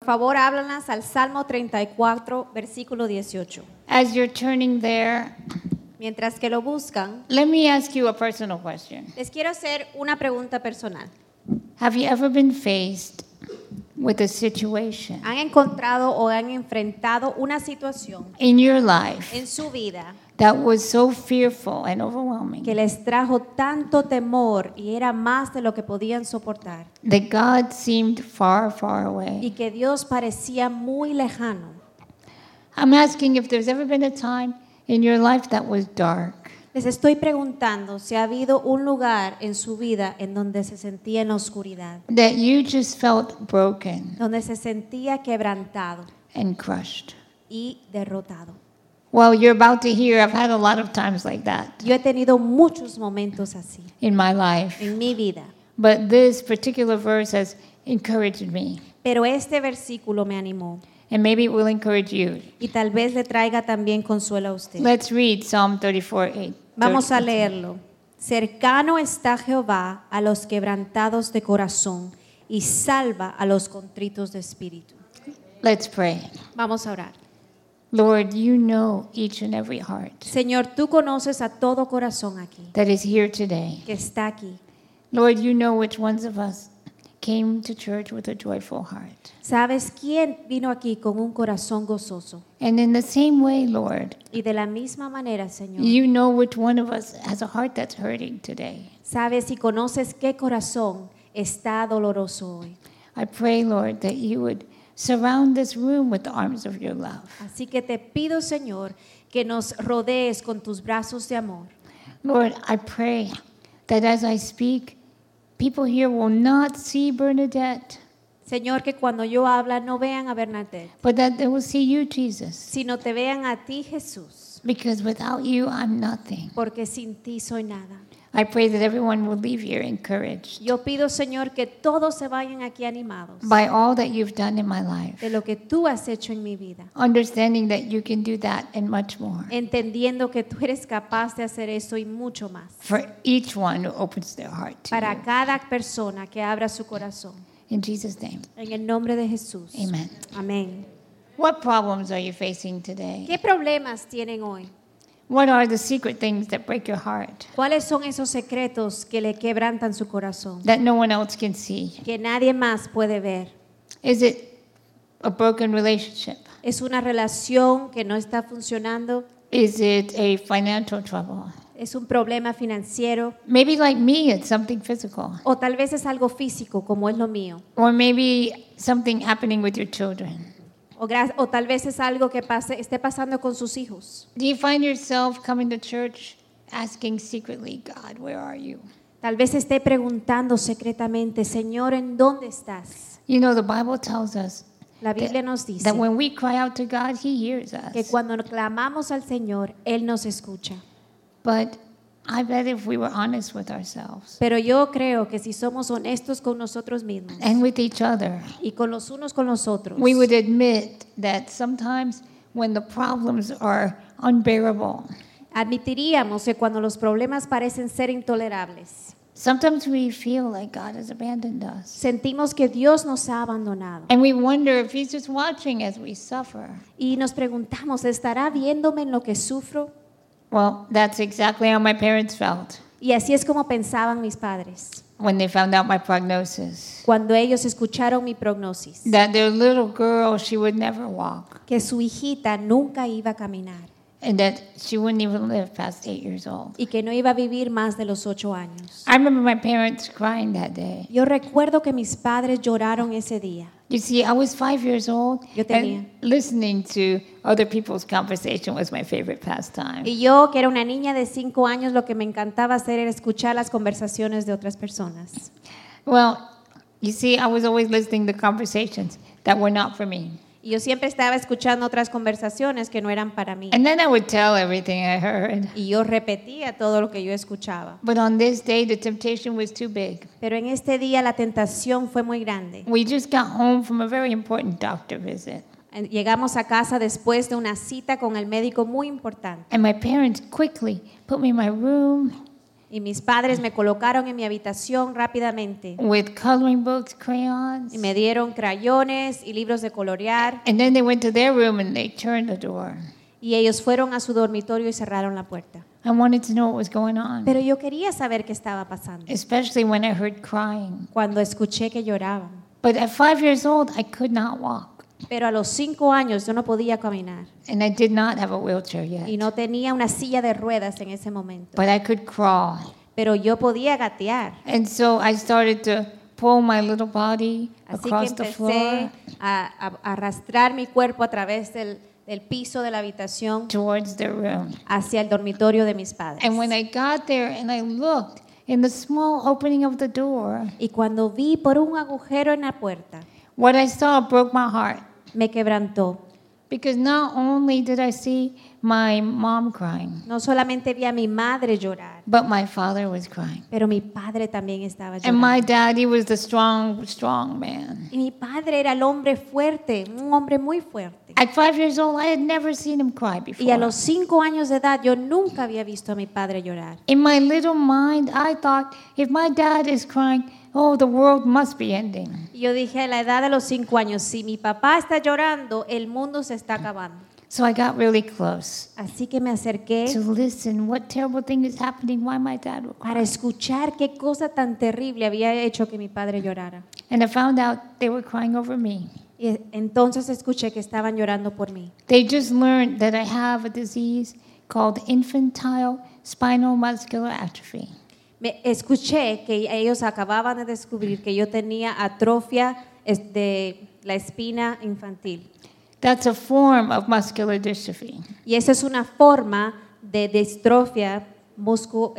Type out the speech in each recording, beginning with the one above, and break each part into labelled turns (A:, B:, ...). A: Por favor, háblalas al Salmo 34, versículo 18.
B: As you're turning there,
A: Mientras que lo buscan,
B: let me ask you a personal question.
A: les quiero hacer una pregunta personal.
B: Have you ever been faced with a situation
A: ¿Han encontrado o han enfrentado una situación
B: in your life
A: en su vida
B: that was so fearful and overwhelming
A: que les trajo tanto temor y era más de lo que podían soportar
B: that God seemed far, far away?
A: y que Dios parecía muy lejano?
B: I'm asking if there's ever been a time in your life that was dark,
A: Les estoy preguntando si ha habido un lugar en su vida en donde se sentía en la oscuridad,
B: that you just felt broken
A: donde se sentía quebrantado
B: and crushed.
A: y derrotado.
B: Well, you're about to hear, I've had a lot of times like that
A: Yo he tenido muchos momentos así
B: in my life.
A: en mi vida,
B: But this particular verse has encouraged me,
A: pero este versículo me animó
B: and maybe it will encourage you.
A: y tal vez le traiga también consuelo a usted.
B: Let's read Psalm 34 8.
A: Vamos a leerlo. Cercano está Jehová a los quebrantados de corazón y salva a los contritos de espíritu.
B: Let's pray.
A: Vamos a orar.
B: Lord, you know each and every heart
A: Señor, tú conoces a todo corazón aquí,
B: that is here today.
A: que está aquí.
B: Lord, you know which ones of us came to church with a joyful heart.
A: Sabes quién vino aquí con un corazón gozoso.
B: And in the same way, Lord,
A: Y de la misma manera, Señor,
B: you know which one of us has a heart that's hurting today.
A: sabes y conoces qué corazón está doloroso hoy.
B: I pray, Lord, that you would surround this room with the arms of your love.
A: Así que te pido, Señor, que nos rodees con tus brazos de amor.
B: Lord, I pray that as I speak, people here will not see Bernadette,
A: Señor, que cuando yo habla no vean a Bernadette,
B: but that they will see you, Jesus.
A: sino te vean a ti, Jesús,
B: Because without you, I'm nothing.
A: porque sin ti soy nada.
B: I pray that everyone will leave here encouraged
A: Yo pido, Señor, que todos se vayan aquí animados
B: by all that you've done in my
A: de
B: life,
A: lo que tú has hecho en mi vida,
B: understanding that you can do that and much more
A: entendiendo que tú eres capaz de hacer eso y mucho más
B: for each one who opens their heart to
A: para
B: you.
A: cada persona que abra su corazón.
B: In Jesus' name,
A: En el nombre de Jesús.
B: amen.
A: Amén.
B: What problems are you facing today?
A: ¿Qué problemas tienen hoy?
B: What are the secret things that break your heart
A: ¿Cuáles son esos secretos que le quebrantan su corazón?
B: that no one else can see?
A: Que nadie más puede ver.
B: Is it a broken relationship?
A: ¿Es una relación que no está funcionando?
B: Is it a financial trouble?
A: ¿Es un problema financiero?
B: Maybe, like me, it's something physical,
A: O tal vez es algo físico, como es lo mío.
B: or maybe something happening with your children.
A: O, gra- o tal vez es algo que pase, esté pasando con sus hijos.
B: Do you find yourself coming to church asking secretly, God, where are you?
A: Tal vez esté preguntando secretamente, Señor, ¿en dónde estás?
B: You know, the Bible tells us
A: La Biblia nos dice
B: that when we cry out to God, He hears
A: que
B: us.
A: cuando clamamos al Señor, Él nos escucha.
B: But I bet if we were honest with ourselves
A: Pero yo creo que si somos honestos con nosotros mismos
B: and with each other,
A: y con los unos con los otros,
B: we would admit that sometimes when the problems are unbearable,
A: admitiríamos que cuando los problemas parecen ser intolerables,
B: Sometimes we feel like God has abandoned us.
A: sentimos que Dios nos ha abandonado.
B: And we wonder if He's just watching as we suffer.
A: Y nos preguntamos, ¿estará viéndome en lo que sufro?
B: Well, that's exactly how my parents felt
A: Y así es como pensaban mis padres
B: when they found out my prognosis
A: cuando ellos escucharon mi prognosis,
B: that their little girl, she would never walk,
A: que su hijita nunca iba a caminar
B: and that she wouldn't even live past eight years old.
A: y que no iba a vivir más de los ocho años.
B: I remember my parents crying that day.
A: Yo recuerdo que mis padres lloraron ese día.
B: You see, I was five years old,
A: Yo tenía.
B: and listening to other people's conversation was my favorite pastime.
A: Y yo, que era una niña de cinco años, lo que me encantaba hacer era escuchar las conversaciones de otras personas.
B: Well, you see, I was always listening to conversations that were not for me.
A: Y yo siempre estaba escuchando otras conversaciones que no eran para mí.
B: And then I would tell everything I heard.
A: Y yo repetía todo lo que yo escuchaba.
B: But on this day, the temptation was too big.
A: Pero en este día la tentación fue muy grande.
B: We just got home from a very important doctor visit.
A: En- Llegamos a casa después de una cita con el médico muy importante.
B: And my parents quickly put me in my room
A: Y mis padres me colocaron en mi habitación rápidamente.
B: with coloring books, crayons.
A: Y me dieron crayones y libros de colorear.
B: And then they went to their room and they turned the door.
A: Y ellos fueron a su dormitorio y cerraron la puerta.
B: I wanted to know what was going on,
A: Pero yo quería saber qué estaba pasando.
B: especially when I heard crying.
A: Cuando escuché que lloraban.
B: But at five years old, I could not walk.
A: Pero a los cinco años yo no podía caminar.
B: And I did not have a wheelchair
A: Y
B: yet.
A: no tenía una silla de ruedas en ese momento.
B: But I could crawl.
A: Pero yo podía gatear.
B: And so I started to pull my little body
A: Así que
B: across the
A: empecé
B: floor
A: a, a- a arrastrar mi cuerpo a través del, del piso de la habitación
B: towards their room.
A: hacia el dormitorio de mis padres.
B: And when I got there and I looked in the small opening of the door,
A: Y cuando vi por un agujero en la puerta,
B: what I saw broke my heart
A: me quebrantó.
B: because not only did I see my mom crying,
A: No solamente vi a mi madre llorar,
B: but my father was crying.
A: pero mi padre también estaba llorando.
B: And my daddy was the strong, strong man.
A: Y mi padre era el hombre fuerte, un hombre muy fuerte.
B: At five years old, I had never seen him cry before.
A: Y a los cinco años de edad yo nunca había visto a mi padre llorar.
B: In my little mind, I thought if my dad is crying, oh, the world must be ending.
A: Y yo dije a la edad de los cinco años, si mi papá está llorando, el mundo se está acabando.
B: So I got really close
A: Así que me acerqué
B: to listen what terrible thing is happening, why my dad would
A: para escuchar qué cosa tan terrible había hecho que mi padre llorara.
B: And I found out they were crying over me.
A: Y e- entonces escuché que estaban llorando por mí.
B: They just learned that I have a disease called infantile spinal muscular atrophy.
A: Me escuché que ellos acababan de descubrir que yo tenía atrofia es- de la espina infantil.
B: That's a form of muscular dystrophy.
A: Y esa es una forma de distrofia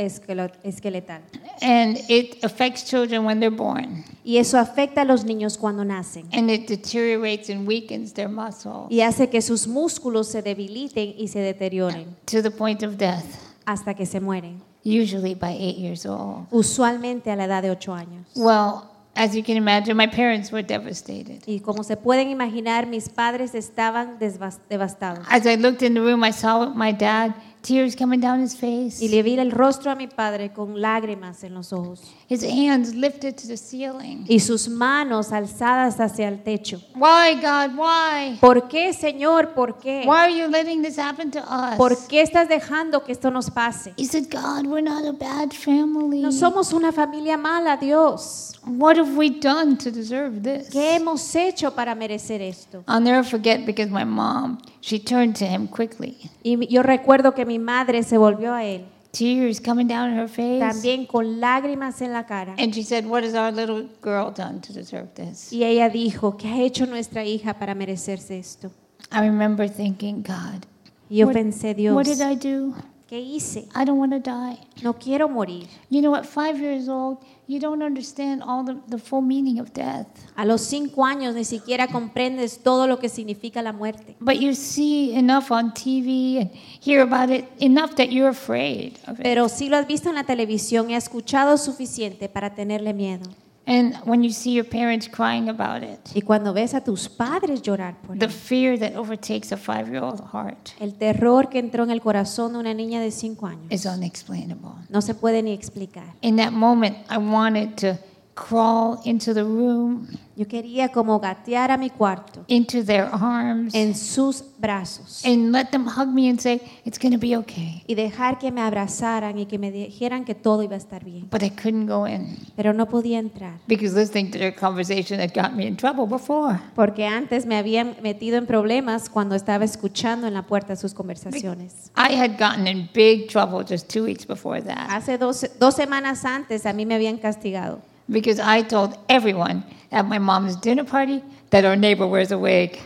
A: musculoesqueletal.
B: And it affects children when they're born.
A: Y eso afecta a los niños cuando nacen.
B: And it deteriorates and weakens their muscle
A: Y hace que sus músculos se debiliten y se deterioren
B: to the point of death,
A: hasta que se mueren,
B: usually by eight years old.
A: usualmente a la edad de 8 años.
B: Well, as you can imagine, my parents were devastated.
A: Y como se pueden imaginar, mis padres estaban desvas- devastados.
B: As I looked in the room, I saw my dad, tears coming down his face.
A: Y le vi el rostro a mi padre con lágrimas en los ojos
B: His hands lifted to the ceiling.
A: y sus manos alzadas hacia el techo.
B: Why, God, why?
A: ¿Por qué, Señor? ¿Por qué?
B: Why are you letting this happen to us?
A: ¿Por qué estás dejando que esto nos pase?
B: He said, God, we're not a bad family.
A: No somos una familia mala, Dios.
B: What have we done to deserve this?
A: ¿Qué hemos hecho para merecer esto?
B: I'll never forget because my mom, she turned to him quickly,
A: Y mi- yo recuerdo que mi madre se volvió a él,
B: tears coming down her face.
A: también con lágrimas en la cara.
B: And she said, What has our little girl done to deserve this?
A: Y ella dijo, ¿qué ha hecho nuestra hija para merecerse esto?
B: I remember thinking, God,
A: Y yo
B: What-
A: pensé, Dios,
B: what did I do?
A: ¿qué hice?
B: I don't want to die.
A: No quiero morir.
B: You know, at five years old, you don't understand all the, the full meaning of death.
A: A los cinco años ni siquiera comprendes todo lo que significa la muerte.
B: But you see enough on TV and hear about it enough that you're afraid of it.
A: Pero sí lo has visto en la televisión y has escuchado suficiente para tenerle miedo.
B: And when you see your parents crying about it,
A: Y cuando ves a tus padres llorar por
B: the
A: él,
B: fear that overtakes a five year old heart
A: el terror que entró en el corazón de una niña de cinco años
B: is unexplainable.
A: no se puede ni explicar.
B: In that moment, I wanted to crawl into the room,
A: Yo quería como gatear a mi cuarto
B: into their arms,
A: en sus brazos
B: and let them hug me and say, It's going to be okay.
A: y dejar que me abrazaran y que me dijeran que todo iba a estar bien.
B: But I couldn't go in
A: Pero no podía entrar
B: because listening to their conversation had got me in trouble before.
A: porque antes me habían metido en problemas cuando estaba escuchando en la puerta sus conversaciones.
B: I had gotten in big trouble just two weeks before that
A: Hace dos, dos semanas antes a mí me habían castigado
B: because I told everyone at my mom's dinner party that our neighbor wears a wig.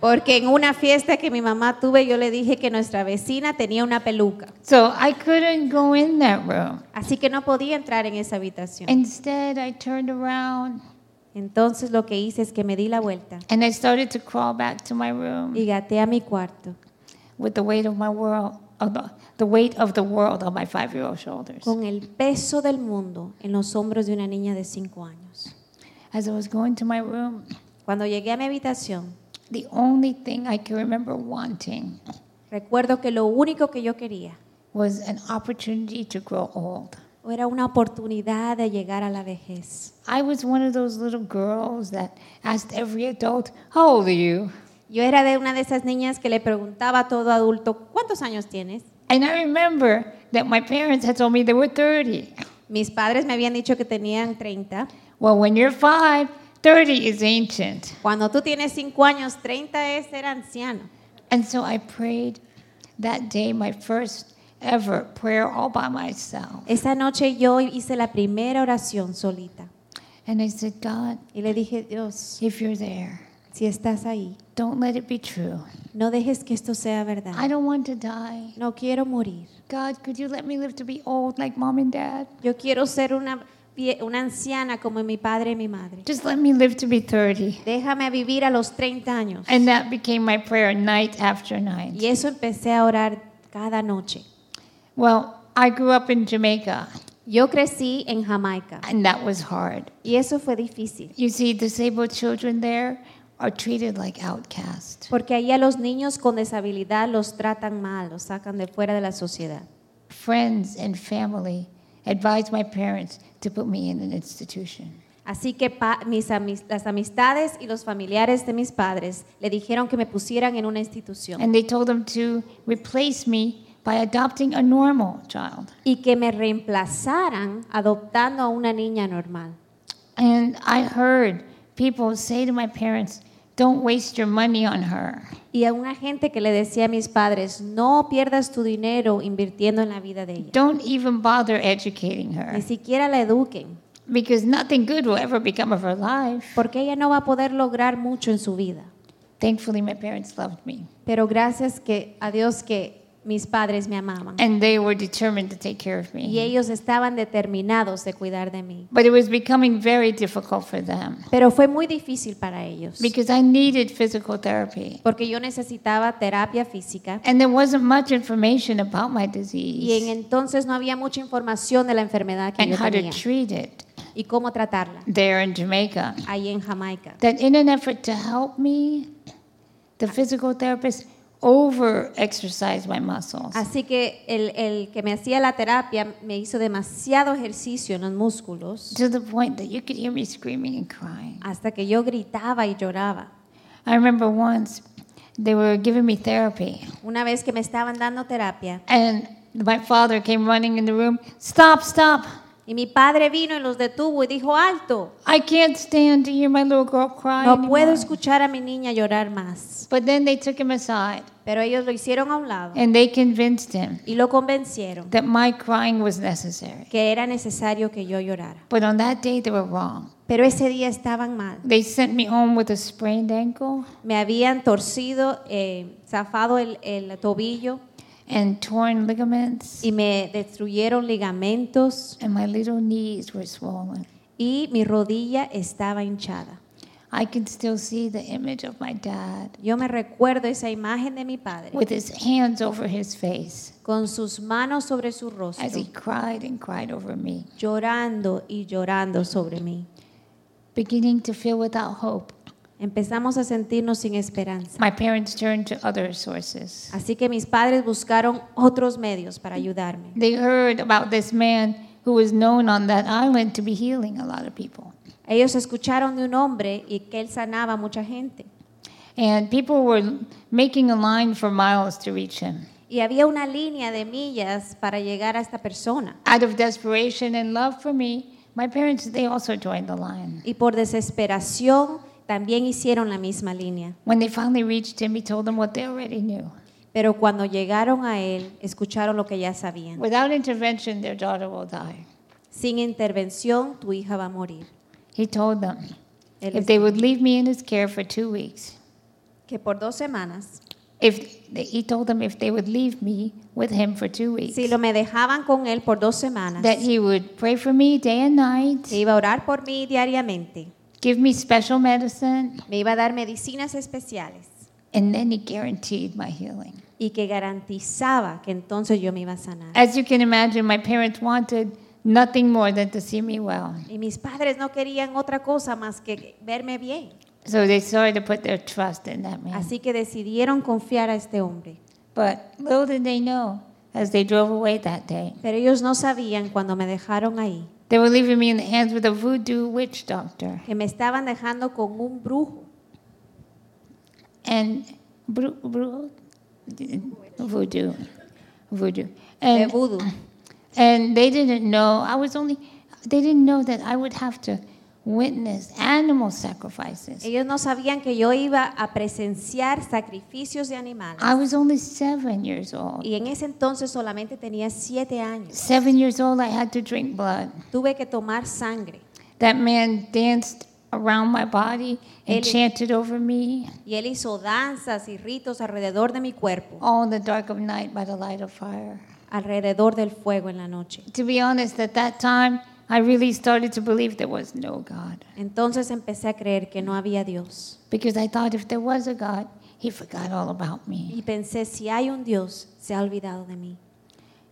A: porque en una fiesta que mi mamá tuve yo le dije que nuestra vecina tenía una peluca,
B: So I couldn't go in that room.
A: así que no podía entrar en esa habitación.
B: Instead, I turned around
A: Entonces lo que hice es que me di la vuelta
B: and I started to crawl back to my room
A: y gaté a mi cuarto
B: with the weight of my world, of the, the weight of the world on my five-year-old shoulders.
A: con el peso del mundo en los hombros de una niña de 5 años.
B: As I was going to my room,
A: Cuando llegué a mi habitación,
B: the only thing I can remember wanting
A: recuerdo que lo único que yo quería
B: was an opportunity to grow old.
A: era una oportunidad de llegar a la vejez.
B: I was one of those little girls that asked every adult, How old are you?
A: Yo era de una de esas niñas que le preguntaba a todo adulto, ¿cuántos años tienes?
B: And I remember that my parents had told me they were 30.
A: Mis padres me habían dicho que tenían 30.
B: Well, when you're five, 30 is ancient.
A: Cuando tú tienes 5 años, 30 es ser anciano.
B: And so I prayed that day, my first ever prayer all by myself.
A: Esa noche yo hice la primera oración solita
B: And I said, God,
A: y le dije, Dios,
B: if you're there,
A: si estás ahí,
B: don't let it be true.
A: no dejes que esto sea verdad.
B: I don't want to die.
A: No quiero morir.
B: God, could you let me live to be old like mom and dad?
A: Yo quiero ser una, vie- una anciana como mi padre y mi madre.
B: Just let me live to be 30.
A: Déjame vivir a los 30 años.
B: And that became my prayer night after night.
A: Y eso empecé a orar cada noche.
B: Well, I grew up in Jamaica,
A: Yo crecí en Jamaica
B: and that was hard.
A: y eso fue difícil.
B: You see, disabled children there are treated like outcasts.
A: Porque ahí a los niños con disabilidad los tratan mal, los sacan de fuera de la sociedad.
B: Friends and family advised my parents to put me in an institution.
A: Así que pa- mis amis- las amistades y los familiares de mis padres le dijeron que me pusieran en una institución
B: And they told them to replace me by adopting a normal child.
A: y que me reemplazaran adoptando a una niña normal.
B: And I heard people say to my parents, don't waste your money on her.
A: Y a una gente que le decía a mis padres, no pierdas tu dinero invirtiendo en la vida de ella.
B: Don't even bother educating
A: Ni
B: her
A: siquiera la eduquen,
B: because nothing good will ever become of her life.
A: porque ella no va a poder lograr mucho en su vida.
B: Thankfully, my parents loved me
A: Pero gracias que, a Dios que mis padres me amaban.
B: and they were determined to take care of
A: Y
B: me.
A: ellos estaban determinados de cuidar de mí.
B: But it was becoming very difficult for them
A: Pero fue muy difícil para ellos.
B: because I needed physical therapy.
A: Porque yo necesitaba terapia física.
B: And there wasn't much information about my
A: Y en
B: disease
A: entonces no había mucha información de la enfermedad que
B: and
A: yo
B: how to
A: tenía.
B: treat it
A: Y cómo tratarla.
B: there in Jamaica.
A: Ahí en Jamaica.
B: That in an effort to help me, the physical therapist over exercised my muscles.
A: Así que el, el que me hacía la terapia me hizo demasiado ejercicio en los músculos.
B: to the point that you could hear me screaming and crying.
A: Hasta que yo gritaba y lloraba.
B: I remember once they were giving me therapy,
A: Una vez que me estaban dando terapia.
B: and my father came running in the room Stop, stop!
A: Y mi padre vino y los detuvo y dijo, alto.
B: I can't stand to hear my little girl cry.
A: No
B: anymore."
A: puedo escuchar a mi niña llorar más.
B: But then they took him aside
A: Pero ellos lo hicieron a un lado
B: and they convinced him
A: y lo convencieron
B: that my crying was necessary.
A: que era necesario que yo llorara.
B: But on that day, they were wrong.
A: Pero ese día estaban mal.
B: They sent me home with a sprained ankle
A: Me habían torcido, eh, zafado el, el tobillo
B: and torn ligaments,
A: y me destruyeron ligamentos
B: and my little knees were swollen.
A: y mi rodilla estaba hinchada.
B: I can still see the image of my dad
A: Yo me recuerdo esa imagen de mi padre
B: with his hands over his face
A: con sus manos sobre su
B: as
A: rostro,
B: he cried and cried over me,
A: llorando y llorando sobre mí.
B: beginning to feel without hope.
A: Empezamos a sentirnos sin esperanza.
B: My parents turned to other sources.
A: Así que mis padres buscaron otros medios para ayudarme.
B: They heard about this man who was known on that island to be healing a lot of people.
A: Ellos escucharon de un hombre y que él sanaba a mucha gente.
B: And people were making a line for miles to reach him.
A: Y había una línea de millas para llegar a esta persona.
B: Out of desperation and love for me, my parents they also joined the line.
A: Y por desesperación también hicieron la misma línea.
B: When they finally reached him, he told them what they already knew.
A: Pero cuando llegaron a él, escucharon lo que ya sabían.
B: Without intervention, their daughter will die.
A: Sin intervención, tu hija va a morir.
B: He told them
A: Él
B: if
A: les
B: they would leave me in his care for two weeks,
A: que por dos semanas,
B: if they, he told them if they would leave me with him for two weeks,
A: si lo me dejaban con él por dos semanas,
B: that he would pray for me day and night,
A: que iba a orar por mí diariamente
B: give me special medicine,
A: Me iba a dar medicinas especiales
B: and then he guaranteed my healing.
A: y que garantizaba que entonces yo me iba a sanar.
B: As you can imagine, my parents wanted nothing more than to see me well.
A: Y mis padres no querían otra cosa más que verme bien.
B: So they started to put their trust in that man.
A: Así que decidieron confiar a este hombre.
B: But little did they know, as they drove away that day,
A: Pero ellos no sabían cuando me dejaron ahí
B: they were leaving me in the hands with a voodoo witch doctor.
A: que me estaban dejando con un brujo,
B: And bru- bru- voodoo. Voodoo.
A: de
B: And,
A: vudú.
B: and they didn't know, I was only, they didn't know that I would have to witness animal sacrifices.
A: Ellos no sabían que yo iba a presenciar sacrificios de animales.
B: I was only seven years old.
A: Y en ese entonces solamente tenía siete años.
B: Seven years old, I had to drink blood.
A: Tuve que tomar sangre.
B: That man danced around my body and
A: Él-
B: chanted over me
A: Y él hizo danzas y ritos alrededor de mi cuerpo,
B: all in the dark of night by the light of fire.
A: alrededor del fuego en la noche.
B: To be honest, at that time, I really started to believe there was no God
A: Entonces empecé a creer que no había Dios.
B: because I thought if there was a God, he forgot all about me.
A: Y pensé, si hay un Dios, se ha olvidado de mí.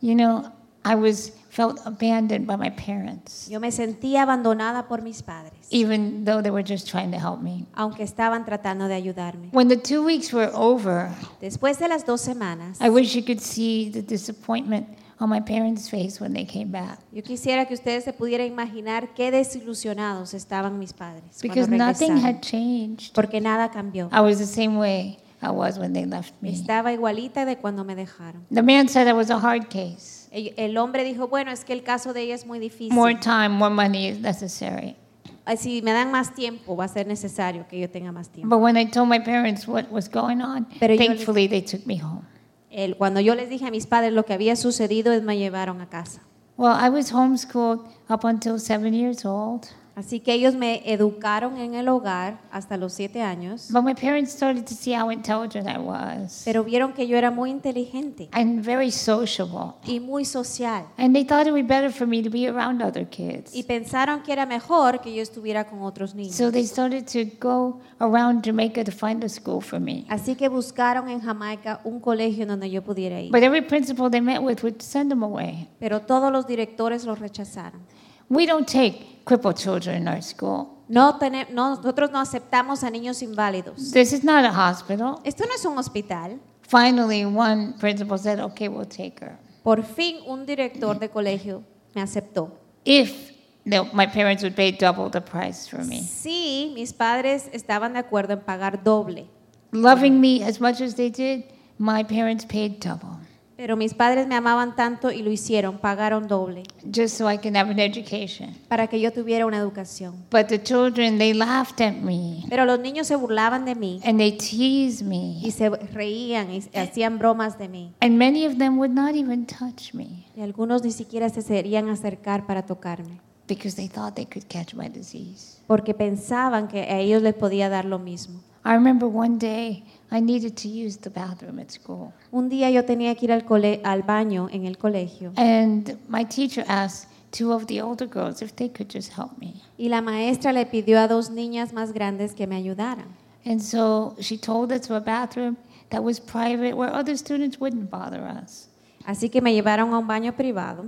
B: You know, I was felt abandoned by my parents,
A: Yo me sentí abandonada por mis padres,
B: even though they were just trying to help me.
A: aunque estaban tratando de ayudarme.
B: When the two weeks were over,
A: Después de las dos semanas,
B: I wish you could see the disappointment on my parents' face when they came back.
A: yo quisiera que ustedes se pudieran imaginar qué desilusionados estaban mis padres cuando
B: Because nothing
A: regresaron,
B: had changed.
A: porque nada cambió.
B: I was the same way I was when they left me.
A: Estaba igualita de cuando me dejaron.
B: The man said I was a hard case.
A: El el hombre dijo, bueno, es que el caso de ella es muy difícil.
B: More time, more money is necessary.
A: Ay, Si me dan más tiempo, va a ser necesario que yo tenga más tiempo.
B: But when I told my parents what was going on,
A: Pero yo le-
B: thankfully they took me home.
A: El- cuando yo les dije a mis padres lo que había sucedido, es me llevaron a casa.
B: Well, I was homeschooled up until seven years old.
A: Así que ellos me educaron en el hogar hasta los siete años,
B: But my parents started to see how intelligent I was
A: pero vieron que yo era muy inteligente
B: and very sociable.
A: y muy social.
B: And they thought it would be better for me to be around other kids.
A: Y pensaron que era mejor que yo estuviera con otros niños.
B: So they started to go around Jamaica to find a school for me.
A: Así que buscaron en Jamaica un colegio en donde yo pudiera ir.
B: But every principal they met with would send them away.
A: Pero todos los directores los rechazaron.
B: We don't take crippled children in our school.
A: No tene- no- nosotros no aceptamos a niños inválidos.
B: This is not a hospital.
A: Esto no es un hospital.
B: Finally, one principal said, okay, we'll take her.
A: Por fin un director de colegio me aceptó.
B: If the, my parents would pay double the price for me.
A: Sí, mis padres estaban de acuerdo en pagar doble,
B: Loving me as much as they did, my parents paid double
A: pero mis padres me amaban tanto y lo hicieron, pagaron doble
B: just so I can have an education.
A: para que yo tuviera una educación.
B: But the children, they laughed at me
A: Pero los niños se burlaban de mí
B: and they teased
A: y
B: me.
A: se reían y hacían bromas de mí.
B: And many of them would not even touch me
A: Y algunos ni siquiera se querían acercar para tocarme,
B: because they thought they could catch my disease.
A: porque pensaban que a ellos les podía dar lo mismo.
B: I remember one day I needed to use the bathroom at school,
A: Un día yo tenía que ir al, cole- al baño en el colegio
B: and my teacher asked two of the older girls if they could just help me.
A: y la maestra le pidió a dos niñas más grandes que me ayudaran.
B: And so she told us to a bathroom that was private where other students wouldn't bother us.
A: Así que me llevaron a un baño privado.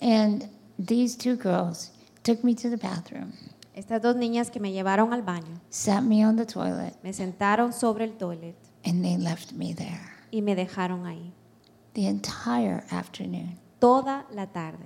B: And these two girls took me to the bathroom,
A: Estas dos niñas que me llevaron al baño
B: sat me on the toilet,
A: me sentaron sobre el toilet
B: and they left me there
A: y me dejaron ahí
B: the entire afternoon.
A: toda la tarde.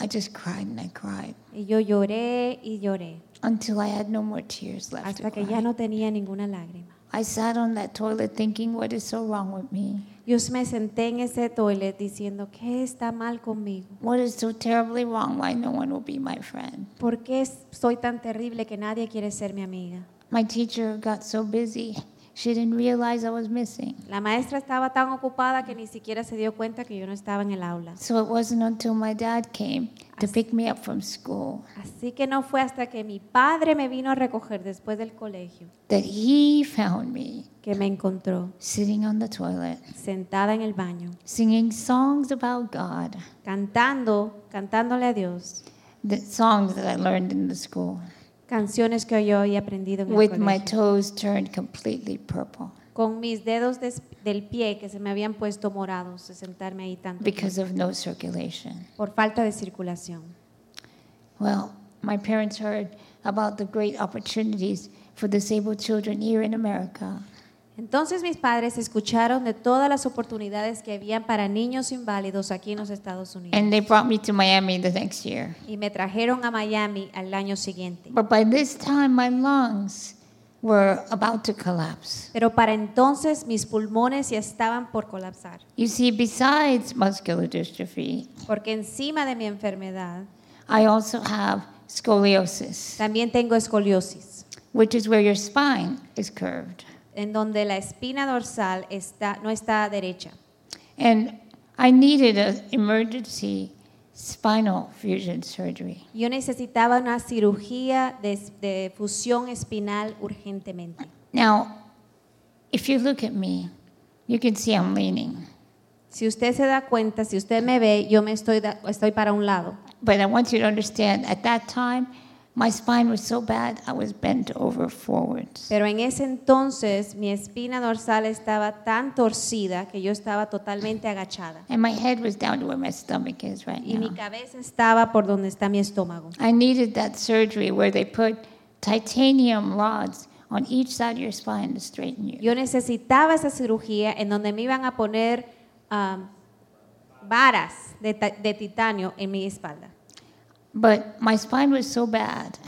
B: I just cried and I cried
A: Y yo lloré y lloré
B: until I had no more tears left.
A: hasta
B: to
A: que
B: cry.
A: ya no tenía ninguna lágrima.
B: I sat on that toilet thinking, what is so wrong with me?
A: Yo me senté en ese toilet diciendo, ¿qué está mal conmigo?
B: What is so terribly wrong? Why no one will be my friend?
A: ¿Por qué es- soy tan terrible que nadie quiere ser mi amiga?
B: My teacher got so busy, she didn't realize I was missing.
A: La maestra estaba tan ocupada que ni siquiera se dio cuenta que yo no estaba en el aula.
B: So it wasn't until my dad came to pick me up from school
A: Así que no fue hasta que mi padre me vino a recoger después del colegio
B: that he found me
A: que me encontró
B: sitting on the toilet,
A: sentada en el baño,
B: singing songs about God,
A: cantando, cantándole a Dios,
B: the songs that I learned in the school.
A: canciones que oyó y aprendido en el
B: with my
A: colegio.
B: toes turned completely purple
A: Con mis dedos des- del pie que se me habían puesto morados de sentarme ahí tanto
B: because of no circulation.
A: por falta de circulación.
B: Well, my parents heard about the great opportunities for disabled children here in America.
A: Entonces mis padres escucharon de todas las oportunidades que habían para niños inválidos aquí en los Estados Unidos
B: And they brought me to Miami the next year.
A: y me trajeron a Miami al año siguiente.
B: But by this time, my lungs were about to collapse.
A: Pero para entonces mis pulmones ya estaban por colapsar,
B: You see, besides muscular dystrophy,
A: porque encima de mi enfermedad
B: I also have scoliosis,
A: también tengo escoliosis,
B: which is where your spine is curved.
A: en donde la espina dorsal está, no está derecha.
B: And I needed an emergency spinal fusion surgery.
A: Yo necesitaba una cirugía de, de fusión espinal urgentemente.
B: Now, if you look at me, you can see I'm leaning.
A: Si usted se da cuenta, si usted me ve, yo me estoy, da- estoy para un lado.
B: But I want you to understand at that time, my spine was so bad, I was bent over forwards.
A: Pero en ese entonces mi espina dorsal estaba tan torcida que yo estaba totalmente agachada
B: And my head was down to where my stomach is right
A: y mi
B: now.
A: cabeza estaba por donde está mi estómago.
B: I needed that surgery where they put titanium rods on each side of your spine to straighten you.
A: Yo necesitaba esa cirugía en donde me iban a poner am, varas de, ta- de titanio en mi espalda.
B: But my spine was so bad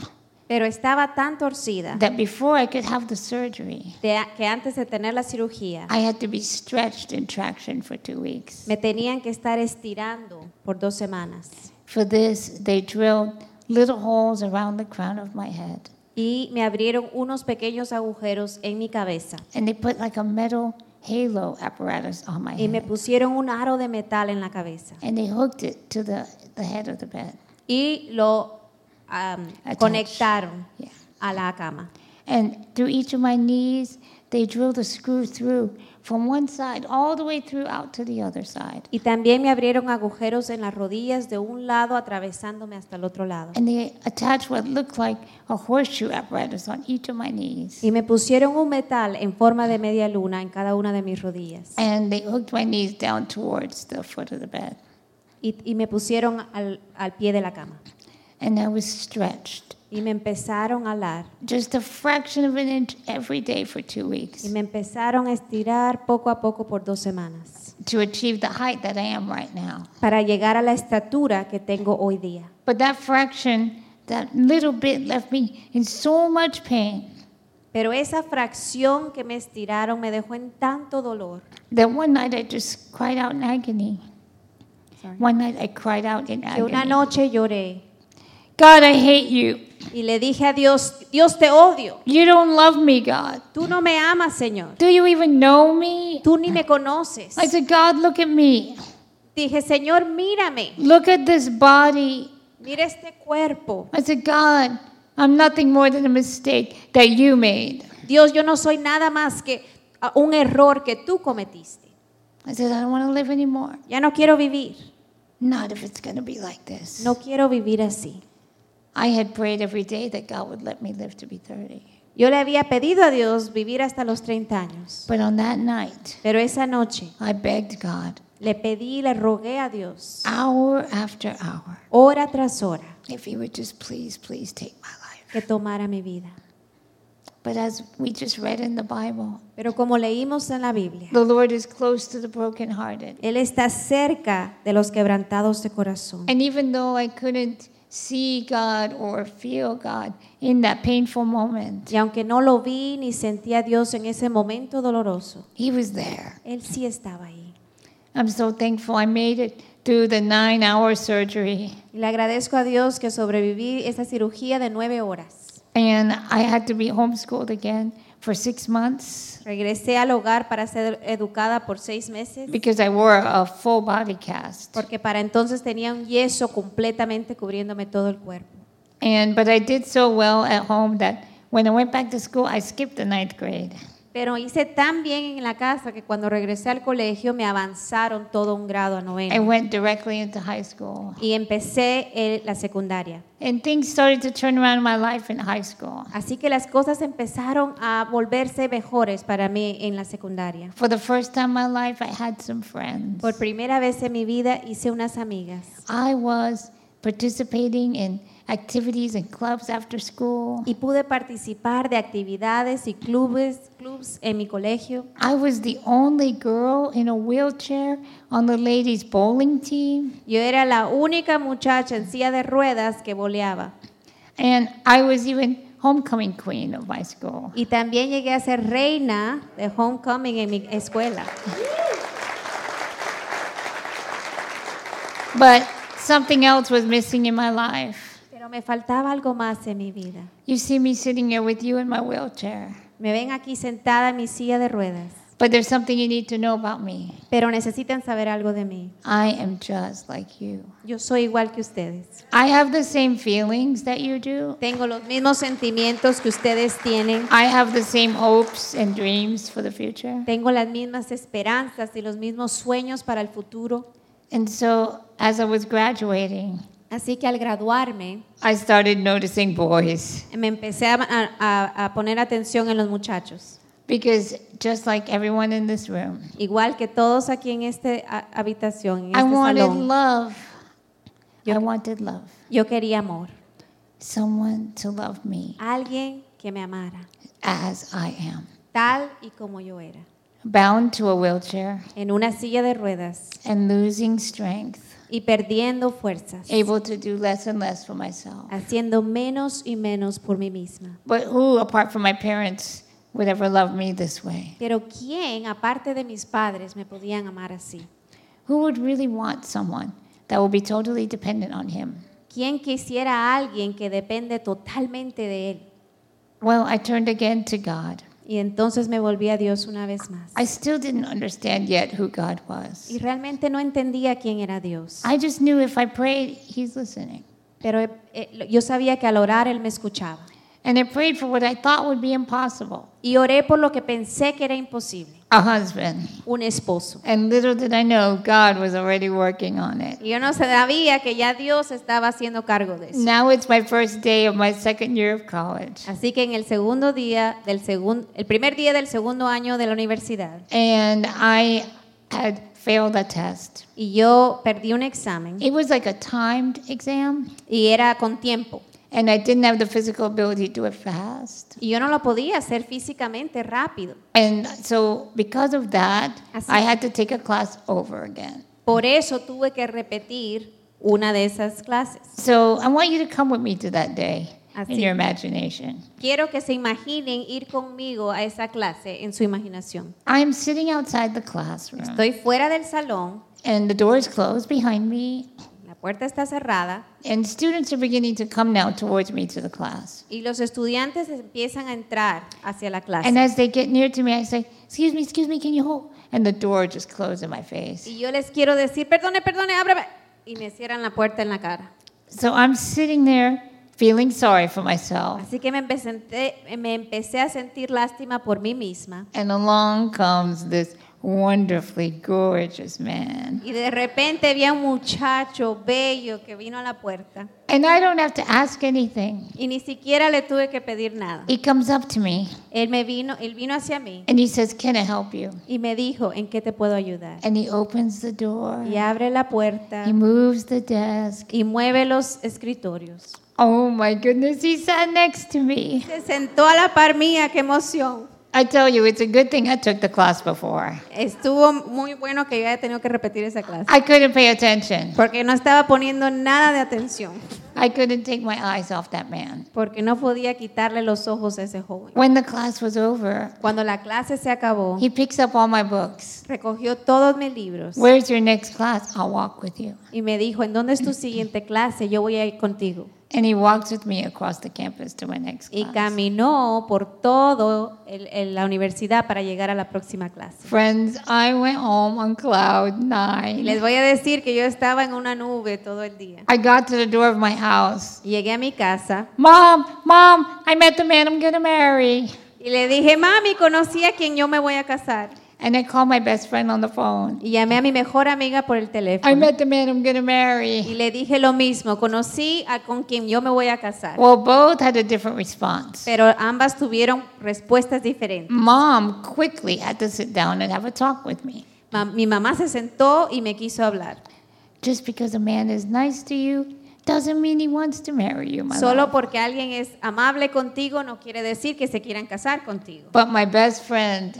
A: Pero estaba tan torcida
B: that before I could have the surgery,
A: de a- que antes de tener la cirugía
B: I had to be stretched in traction for two weeks.
A: me tenían que estar estirando por dos semanas.
B: For this, they drilled little holes around the crown of my head.
A: Y me abrieron unos pequeños agujeros en mi cabeza.
B: And they put like a metal halo apparatus on my
A: Y me
B: head.
A: pusieron un aro de metal en la cabeza.
B: And they hooked it to the, the head of the bed.
A: y lo am,
B: Attached.
A: conectaron
B: Yeah.
A: a la cama.
B: And through each of my knees, they drilled a screw through from one side all the way through out to the other side.
A: Y también me abrieron agujeros en las rodillas de un lado atravesándome hasta el otro lado.
B: And they attached what looked like a horseshoe apparatus on each of my knees.
A: Y me pusieron un metal en forma de media luna en cada una de mis rodillas.
B: And they hooked my knees down towards the foot of the bed.
A: Y, y me pusieron al, al pie de la cama.
B: And I was stretched
A: Y me empezaron a alar.
B: just a fraction of an inch every day for two
A: Y
B: weeks
A: me empezaron a estirar poco a poco por dos semanas
B: to achieve the height that I am right now.
A: para llegar a la estatura que tengo hoy día.
B: But that fraction, that little bit, left me in so much pain
A: Pero esa fracción que me estiraron me dejó en tanto dolor.
B: that one night I just cried out in agony.
A: Sorry.
B: One night I cried out in
A: Que una
B: agony.
A: noche lloré
B: God, I hate you.
A: y le dije a Dios, Dios te odio,
B: You don't love me, God.
A: tú no me amas, Señor,
B: Do you even know me?
A: tú ni me conoces.
B: I said, God, look at me.
A: Dije, Señor, mírame,
B: Look at this body.
A: mira este cuerpo.
B: I said, God, I'm nothing more than a mistake that you made.
A: Dios, yo no soy nada más que ah, un error que tú cometiste.
B: I said, I don't want to live anymore.
A: Ya no quiero vivir,
B: Not if it's going to be like this.
A: no quiero vivir así.
B: I had prayed every day that God would let me live to be 30.
A: Yo le había pedido a Dios vivir hasta los 30 años,
B: But on that night,
A: pero esa noche
B: I begged God
A: le pedí, le rogué a Dios,
B: hour after hour
A: hora tras hora,
B: if He would just please, please take my life.
A: que tomara mi vida.
B: But as we just read in the Bible,
A: Pero como leímos en la Biblia,
B: the Lord is close to the brokenhearted.
A: Él está cerca de los quebrantados de corazón.
B: And even though I couldn't see God or feel God in that painful moment,
A: Y aunque no lo vi ni sentí a Dios en ese momento doloroso,
B: He was there.
A: Él sí estaba ahí.
B: I'm so thankful I made it through the nine hour surgery.
A: Y le agradezco a Dios que sobreviví esa cirugía de nueve horas.
B: And I had to be homeschooled again for six months
A: Regresé al hogar para ser educada por seis meses,
B: because I wore a full body cast.
A: porque para entonces tenía un yeso completamente cubriéndome todo el cuerpo.
B: And but I did so well at home that when I went back to school, I skipped the ninth grade.
A: Pero hice tan bien en la casa que cuando regresé al colegio me avanzaron todo un grado a
B: I
A: noveno.
B: went directly into high school.
A: Y empecé eh, la secundaria.
B: And things started to turn around in my life in high school.
A: Así que las cosas empezaron a volverse mejores para mí en la secundaria.
B: For the first time in my life, I had some friends.
A: Por primera vez en mi vida hice unas amigas
B: I was participating in activities and clubs after school.
A: y pude participar de actividades y clubes, clubs en mi colegio.
B: I was the only girl in a wheelchair on the ladies' bowling team.
A: Yo era la única muchacha en silla de ruedas que boleaba.
B: And I was even homecoming queen of my school.
A: Y también llegué a ser reina de homecoming en mi escuela.
B: But something else was missing in my life.
A: Pero me faltaba algo más en mi vida.
B: You see me sitting here with you in my wheelchair.
A: Me ven aquí sentada en mi silla de ruedas,
B: But there's something you need to know about me.
A: pero necesitan saber algo de mí.
B: I am just like you.
A: Yo soy igual que ustedes.
B: I have the same feelings that you do.
A: Tengo los mismos sentimientos que ustedes tienen.
B: I have the same hopes and dreams for the future.
A: Tengo las mismas esperanzas y los mismos sueños para el futuro.
B: And so, as I was graduating,
A: Así que al graduarme,
B: I started noticing boys
A: me empecé a, a- a poner atención en los muchachos.
B: because just like everyone in this room,
A: Igual que todos aquí en esta habitación, en
B: I
A: este
B: wanted
A: salón,
B: love.
A: Yo-
B: I wanted love.
A: yo quería amor.
B: Someone to love me
A: Alguien que me amara,
B: as I am,
A: tal y como yo era.
B: bound to a wheelchair
A: En una silla de ruedas
B: and losing strength,
A: y perdiendo fuerzas.
B: able to do less and less for myself.
A: haciendo menos y menos por mí misma.
B: But who, apart from my parents, would ever love me this way?
A: Pero ¿quién, aparte de mis padres, me podían amar así?
B: Who would really want someone that will be totally dependent on him?
A: ¿Quién quisiera a alguien que depende totalmente de él?
B: Well, I turned again to God.
A: Y entonces me volví a Dios una vez más.
B: I still didn't understand yet who God was.
A: Y realmente no entendía quién era Dios.
B: I just knew if I prayed, He's listening.
A: Pero eh, lo- yo sabía que al orar Él me escuchaba.
B: And I prayed for what I thought would be impossible
A: Y oré por lo que pensé que era imposible,
B: a husband.
A: un esposo.
B: And little did I know, God was already working on it.
A: Y yo no sabía que ya Dios estaba haciendo cargo de eso.
B: Now it's my first day of my second year of college.
A: Así que en el segundo día del segundo, el primer día del segundo año de la universidad,
B: And I had failed a test.
A: y yo perdí un examen
B: It was like a timed exam,
A: y era con tiempo.
B: and I didn't have the physical ability to do it fast.
A: Y yo no lo podía hacer físicamente rápido.
B: And so, because of that,
A: Así.
B: I had to take a class over again.
A: Por eso tuve que repetir una de esas clases.
B: So I want you to come with me to that day in
A: Así.
B: your imagination.
A: Quiero que se imaginen ir conmigo a esa clase en su imaginación.
B: I'm sitting outside the classroom,
A: Estoy fuera del salón,
B: and the door is closed behind me,
A: la puerta está cerrada
B: and students are beginning to come now towards me to the class.
A: y los estudiantes empiezan a entrar hacia la
B: And
A: clase.
B: as they get near to me, I say, "Excuse me, excuse me, can you hold?" And the door just closed in my face.
A: Y yo les quiero decir, perdone, perdone, ábrame. Y me cierran la puerta en la cara.
B: So I'm sitting there feeling sorry for myself,
A: Así que me empecé, me empecé a sentir lástima por mí misma.
B: and along comes this wonderfully gorgeous man.
A: Y de repente vi a un muchacho bello que vino a la puerta
B: And I don't have to ask anything.
A: y ni siquiera le tuve que pedir nada.
B: He comes up to me
A: Él me vino, él vino hacia mí
B: and he says, "Can I help you?"
A: y me dijo, "¿En qué te puedo ayudar?"
B: And he opens the door.
A: Y abre la puerta
B: He moves the desk.
A: y mueve los escritorios.
B: Oh my goodness, he sat next to me.
A: Se sentó a la par mía, qué emoción.
B: I tell you, it's a good thing I took the class before.
A: Estuvo muy bueno que yo haya tenido que repetir esa clase
B: I couldn't pay attention.
A: porque no estaba poniendo nada de atención,
B: I couldn't take my eyes off that man.
A: porque no podía quitarle los ojos a ese joven.
B: When the class was over,
A: Cuando la clase se acabó,
B: he picks up all my books.
A: recogió todos mis libros.
B: Where's your next class? I'll walk with you.
A: Y me dijo, ¿en dónde es tu siguiente clase? Yo voy a ir contigo.
B: And he walks with me across the campus to my next
A: Y
B: class.
A: caminó por todo el- el- la universidad para llegar a la próxima clase.
B: Friends, I went home on cloud
A: Y
B: nine.
A: les voy a decir que yo estaba en una nube todo el día.
B: I got to the door of my house.
A: Llegué a mi casa
B: Mom, mom, I met the man I'm going to marry.
A: y Y le dije, mami, conocí a quien yo me voy a casar.
B: And I called my best friend on the phone.
A: Y llamé a mi mejor amiga por el
B: I
A: teléfono.
B: met the man I'm going to
A: Y
B: marry.
A: le dije lo mismo, conocí a con quien yo me voy a casar.
B: Well, both had a different response.
A: Pero ambas tuvieron respuestas diferentes.
B: Mom quickly had to sit down and have a talk with me.
A: Ma- mi mamá se sentó y me quiso hablar.
B: Just because a man is nice to you doesn't mean he wants to marry you, my
A: Solo
B: love.
A: porque alguien es amable contigo no quiere decir que se quieran casar contigo.
B: But my best friend,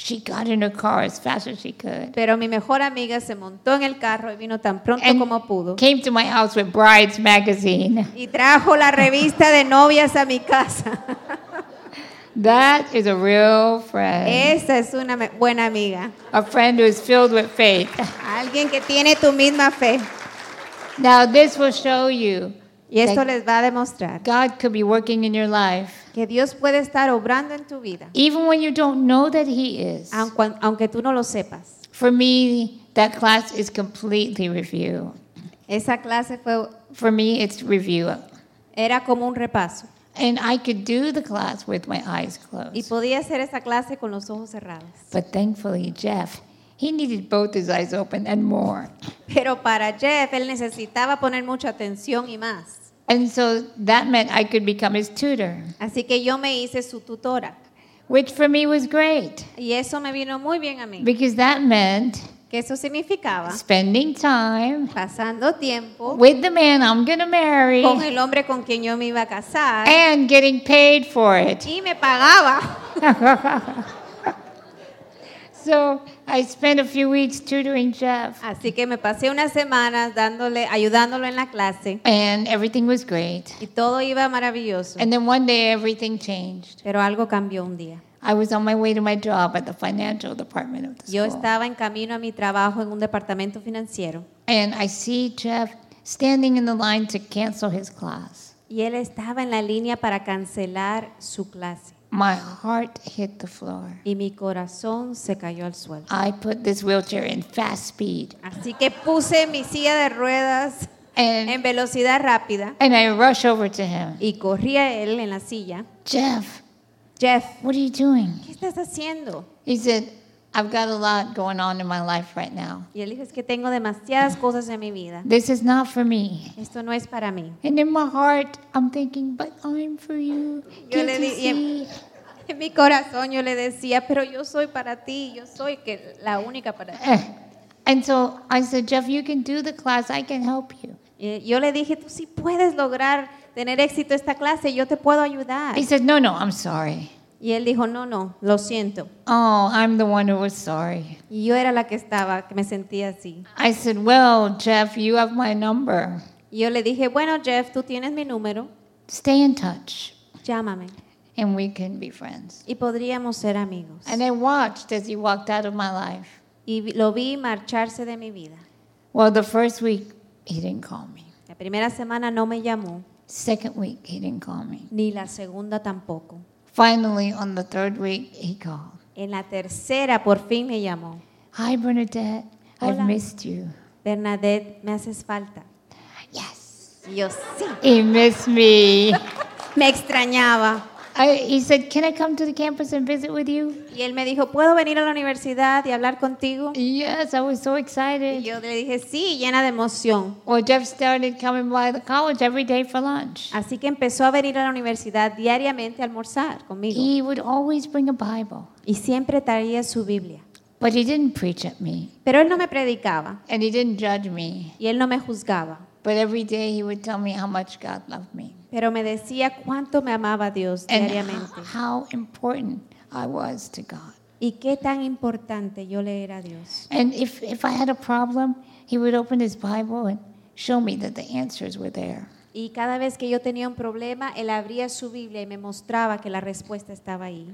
B: she got in her car as fast as she could
A: Pero mi mejor amiga se montó en el carro y vino tan pronto como pudo.
B: came to my house with Brides magazine.
A: Y trajo la revista de novias a mi casa.
B: That is a real friend,
A: Esa es una me- buena amiga.
B: a friend who is filled with faith.
A: Alguien que tiene tu misma fe.
B: Now, this will show you
A: Y esto les va a demostrar
B: God could be working in your life,
A: que Dios puede estar obrando en tu vida,
B: even when you don't know that He is.
A: aun cuan- aunque tú no lo sepas.
B: For me, that class is completely review.
A: Esa clase fue,
B: For me, it's review.
A: era como un repaso.
B: And I could do the class with my
A: Y
B: eyes closed.
A: podía hacer esa clase con los ojos cerrados.
B: But thankfully, Jeff, he needed both his eyes open and more.
A: Pero para Jeff, él necesitaba poner mucha atención y más.
B: And so that meant I could become his tutor,
A: Así que yo me hice su tutora.
B: which for me was great
A: Y eso me vino muy bien a mí.
B: because that meant
A: Que eso significaba
B: spending time
A: pasando tiempo
B: with the man I'm going to marry
A: con el hombre con quien yo me iba a casar
B: and getting paid for it.
A: y me pagaba.
B: So I spent a few weeks tutoring Jeff,
A: Así que me pasé unas semanas dándole, ayudándolo en la clase
B: and everything was great.
A: y todo iba maravilloso.
B: And then one day, everything changed.
A: Pero algo cambió un día.
B: I was on my way to my job at the financial department of the
A: Yo
B: school,
A: estaba en camino a mi trabajo en un departamento financiero
B: and I see Jeff standing in the line to cancel his class.
A: y él estaba en la línea para cancelar su clase
B: My heart hit the floor.
A: y mi corazón se cayó al suelo.
B: I put this wheelchair in fast speed,
A: Así que puse mi silla de ruedas en
B: and
A: velocidad rápida
B: and I rush over to him.
A: y corrí a él en la silla.
B: Jeff,
A: Jeff,
B: what are you doing?
A: ¿qué estás haciendo?
B: He said, I've got a lot going on in my life right now.
A: Y él dijo, es que tengo demasiadas cosas en mi vida.
B: This is not for me.
A: Esto no es para mí.
B: And in my heart, I'm thinking, but I'm for you.
A: Yo
B: Can't
A: le
B: you
A: di- y em-
B: see?
A: En mi corazón yo le decía, pero yo soy para ti, yo soy que la única para ti.
B: Eh. And so I said, Jeff, you can do the class. I can help you.
A: Y yo le dije, tú sí puedes lograr tener éxito esta clase, yo te puedo ayudar.
B: He said, No, no, I'm sorry.
A: Y él dijo, no, no, lo siento.
B: Oh, I'm the one who was sorry.
A: Y yo era la que estaba, que me sentía así.
B: I said, Well, Jeff, you have my number.
A: Y yo le dije, bueno, Jeff, tú tienes mi número,
B: Stay in touch,
A: llámame.
B: and we can be friends.
A: Y podríamos ser amigos.
B: And I watched as he walked out of my life.
A: Y vi- lo vi marcharse de mi vida.
B: Well, the first week, he didn't call me.
A: La primera semana no me llamó,
B: Second week, he didn't call me.
A: ni la segunda tampoco.
B: Finally, on the third week, he called.
A: En la tercera por fin me llamó.
B: Hi, Bernadette. I've
A: Hola.
B: missed you.
A: Bernadette, me haces falta.
B: Yes.
A: Y yo sí,
B: He missed me.
A: me extrañaba.
B: I, he said, Can I come to the campus and visit with you?
A: Y él me dijo, ¿puedo venir a la universidad y hablar contigo?
B: Yes, I was so
A: Y
B: excited.
A: yo le dije, sí, llena de emoción.
B: Well, Jeff started coming by the college every day for lunch.
A: Así que empezó a venir a la universidad diariamente a almorzar conmigo.
B: He would always bring a Bible,
A: Y siempre traía su Biblia.
B: but he didn't preach at me
A: Pero él no me predicaba
B: and he didn't judge me.
A: y él no me juzgaba.
B: But every day he would tell me how much God loved me
A: Pero me decía cuánto me amaba Dios
B: and
A: diariamente
B: how, how important I was to God.
A: y qué tan importante yo le era a Dios.
B: And if, if I had a problem, he would open his Bible and show me that the answers were there.
A: Y cada vez que yo tenía un problema, él abría su Biblia y me mostraba que la respuesta estaba ahí.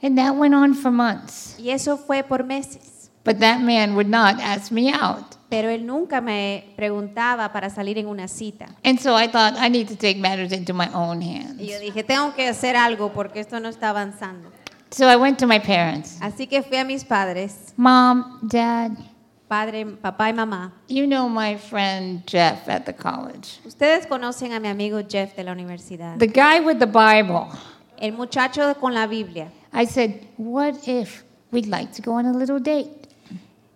B: And that went on for months.
A: Y eso fue por meses.
B: But that man would not ask me out.
A: Pero él nunca me preguntaba para salir en una cita.
B: And so I thought, I need to take matters into my own
A: Y yo
B: hands.
A: dije, tengo que hacer algo porque esto no está avanzando.
B: So I went to my parents
A: Así que fui a mis padres,
B: Mom, Dad,
A: padre, papá y mamá.
B: you know my friend Jeff at the college.
A: Ustedes conocen a mi amigo Jeff de la universidad.
B: The guy with the Bible.
A: El muchacho con la Biblia.
B: I said, What if we'd like to go on a little date?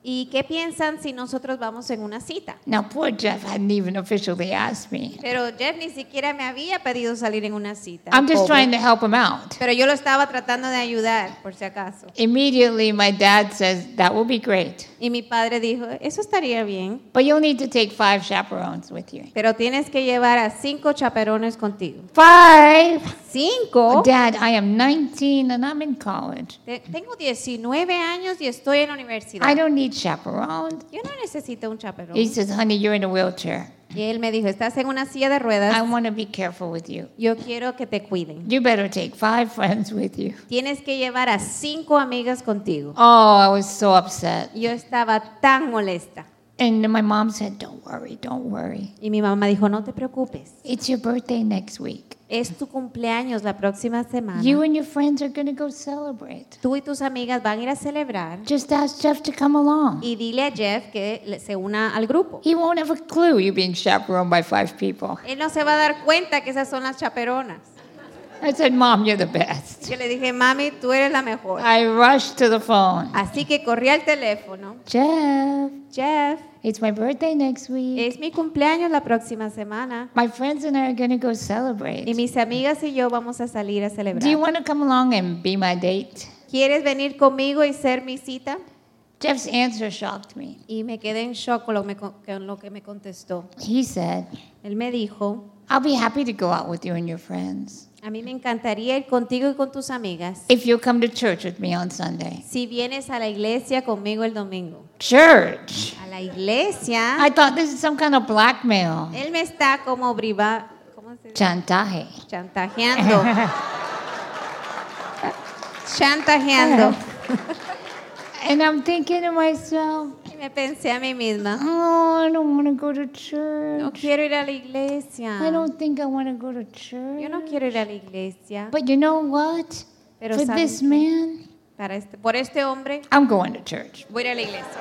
A: ¿Y qué piensan si nosotros vamos en una cita?
B: Now, poor Jeff hadn't even officially asked me.
A: Pero Jeff ni siquiera me había pedido salir en una cita.
B: I'm just trying to help him out.
A: Pero yo lo estaba tratando de ayudar, por si acaso.
B: Immediately, my dad says, That will be great,
A: Y mi padre dijo, eso estaría bien,
B: but you'll need to take five chaperones with you.
A: pero tienes que llevar a cinco chaperones contigo.
B: Five?
A: ¿Cinco?
B: Dad, I am 19 and I'm in college.
A: Te- Tengo 19 años y estoy en la
B: I
A: universidad.
B: don't need chaperones.
A: Yo no necesito un chaperón.
B: He says, Honey, you're in a wheelchair.
A: Y él me dijo, estás en una silla de
B: I
A: ruedas,
B: want to be careful with you.
A: yo quiero que te cuiden.
B: You better take five friends with you.
A: Tienes que llevar a cinco amigas contigo.
B: Oh, I was so upset.
A: Yo estaba tan molesta.
B: And my mom said, Don't worry, don't worry.
A: Y mi mamá dijo, no te preocupes,
B: It's your birthday next week.
A: es tu cumpleaños la próxima semana.
B: You and your friends are going to go celebrate.
A: Tú y tus amigas van a ir a celebrar
B: Just ask Jeff to come along.
A: y dile a Jeff que le- se una al grupo.
B: He won't have a clue you're being chaperoned by five people.
A: Él no se va a dar cuenta que esas son las chaperonas.
B: I said, Mom, you're the best.
A: Yo le dije, mami, tú eres la mejor.
B: I rushed to the phone.
A: Así que corrí al teléfono.
B: Jeff,
A: Jeff,
B: it's my birthday next week.
A: es mi cumpleaños la próxima semana
B: My friends and I are going to go
A: y
B: celebrate.
A: mis amigas y yo vamos a salir a
B: Do you
A: celebrar.
B: want to come along and be my date?
A: ¿Quieres venir conmigo y ser mi cita?
B: Jeff's answer shocked me.
A: Y me quedé en shock con lo, me- con lo que me contestó.
B: He said,
A: Él me dijo,
B: I'll be happy to go out with you and your friends
A: a mí me encantaría ir contigo y con tus amigas
B: if you'll come to church with me on Sunday.
A: si vienes a la iglesia conmigo el domingo.
B: Church!
A: A la iglesia.
B: I thought this is some kind of blackmail.
A: Él me está como briva, ¿cómo se dice?
B: Chantaje.
A: chantajeando. chantajeando.
B: And I'm thinking to myself,
A: Y me pensé a mí misma,
B: oh, I don't want to go to church.
A: no quiero ir a la
B: I
A: iglesia.
B: don't think I want to go to church.
A: Yo no quiero ir a la iglesia.
B: But you know what?
A: Pero
B: For
A: saben
B: this
A: qué?
B: man,
A: Para este, por este hombre,
B: I'm going to church.
A: voy a ir a la iglesia.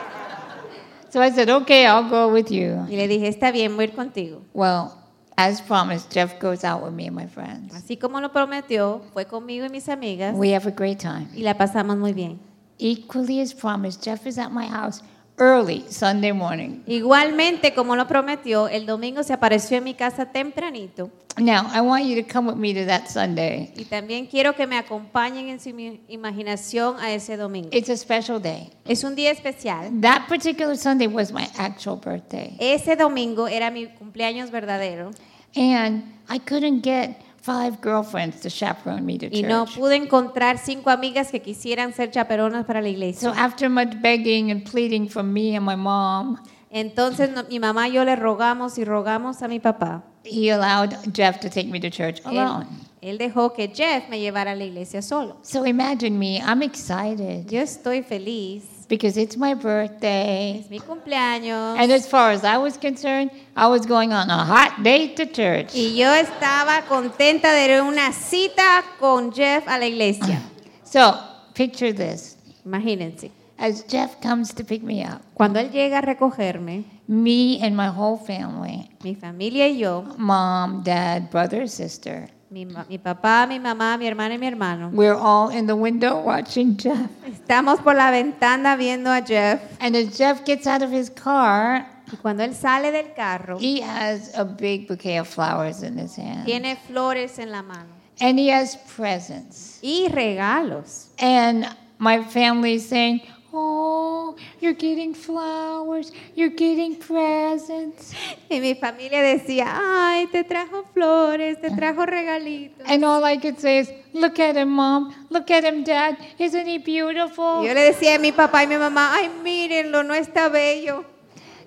B: So I said, okay, I'll go with you.
A: Y le dije, está bien, voy a ir contigo.
B: Well, as promised, Jeff goes out with me and my friends.
A: Así como lo prometió, fue conmigo y mis amigas
B: We have a great time.
A: y la pasamos muy bien.
B: Equally as promised, Jeff is at my house early Sunday morning.
A: Igualmente, como lo prometió, el domingo se apareció en mi casa tempranito
B: Now, I want you to come with me to that Sunday.
A: Y también quiero que me acompañen en su imi- imaginación a ese domingo.
B: It's a special day.
A: Es un día especial.
B: That particular Sunday was my actual birthday.
A: Ese domingo era mi cumpleaños verdadero
B: And I couldn't get five girlfriends to chaperone me to
A: y no
B: church.
A: pude encontrar cinco amigas que quisieran ser chaperonas para la
B: So
A: iglesia.
B: after much begging and pleading from me and my mom,
A: Entonces no- mi mamá y yo le rogamos y rogamos a mi papá.
B: he allowed Jeff to take me to church
A: Él,
B: alone.
A: él dejó que Jeff me llevara a la iglesia solo.
B: So imagine me, I'm excited
A: Yo estoy feliz.
B: because it's my birthday.
A: Es mi cumpleaños.
B: And as far as I was concerned, I was going on a hot date to church.
A: Y yo estaba contenta de ir a una cita con Jeff a la iglesia.
B: So picture this.
A: Imagínense.
B: As Jeff comes to pick me up,
A: Cuando él llega a recogerme,
B: me and my whole family
A: mi familia y yo,
B: mom, dad, brother, sister
A: mi, ma- mi papá, mi mamá, mi hermana y mi hermano,
B: we're all in the window watching Jeff.
A: estamos por la ventana viendo a Jeff.
B: And as Jeff gets out of his car,
A: Y cuando él sale del carro,
B: he has a big bouquet of flowers in his hand.
A: tiene flores en la mano
B: And he has presents.
A: y regalos.
B: And my family's saying, Oh, you're getting flowers, you're getting presents.
A: Y mi familia decía, ay, te trajo flores, te trajo regalitos.
B: And all I could say is, Look at him, Mom. Look at him, Dad. Isn't he
A: Y
B: beautiful?
A: yo le decía a mi papá y mi mamá, ay, mírenlo, no está bello.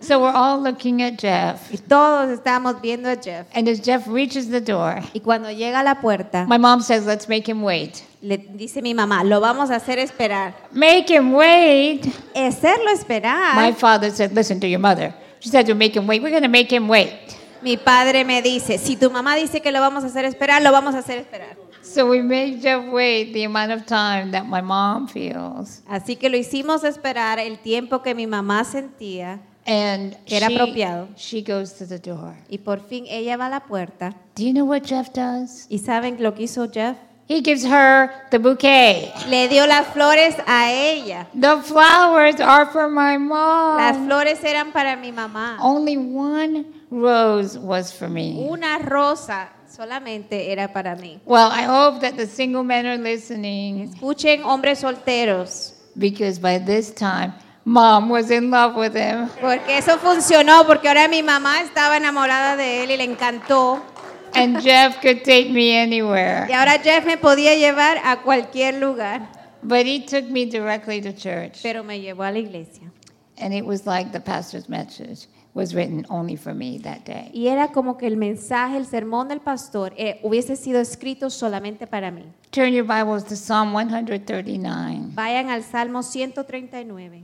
B: So we're all looking at Jeff.
A: Y todos estábamos viendo a Jeff.
B: And as Jeff reaches the door,
A: Y cuando llega a la puerta,
B: my mom says, Let's make him wait.
A: le dice mi mamá, lo vamos a hacer esperar.
B: Make him wait.
A: Hacerlo esperar.
B: My father said, Listen to your mother. She said, We'll make him wait. We're going to make him wait.
A: Mi padre me dice, si tu mamá dice que lo vamos a hacer esperar, lo vamos a hacer esperar.
B: So we made Jeff wait the amount of time that my mom feels.
A: Así que lo hicimos esperar el tiempo que mi mamá sentía
B: And
A: Que era
B: she,
A: apropiado.
B: she goes to the door.
A: y por fin ella va a la puerta.
B: Do you know what Jeff does?
A: ¿Y saben lo que hizo Jeff?
B: He gives her the bouquet.
A: Le dio las flores a ella.
B: The flowers are for my
A: Las
B: mom.
A: flores eran para mi mamá.
B: Only one rose was for me.
A: Una rosa solamente era para mí.
B: Well, I hope that the single men are listening
A: Escuchen, hombres solteros,
B: because by this time, mom was in love with him.
A: porque eso funcionó, porque ahora mi mamá estaba enamorada de él y le encantó.
B: And Jeff could take me anywhere.
A: Y ahora Jeff me podía llevar a cualquier lugar,
B: But he took me directly to church.
A: pero me llevó a la iglesia.
B: And it was like the pastor's message was written only for me that day.
A: Y era como que el mensaje, el sermón del pastor eh, hubiese sido escrito solamente para mí.
B: Turn your Bibles to Psalm 139.
A: Vayan al Salmo 139.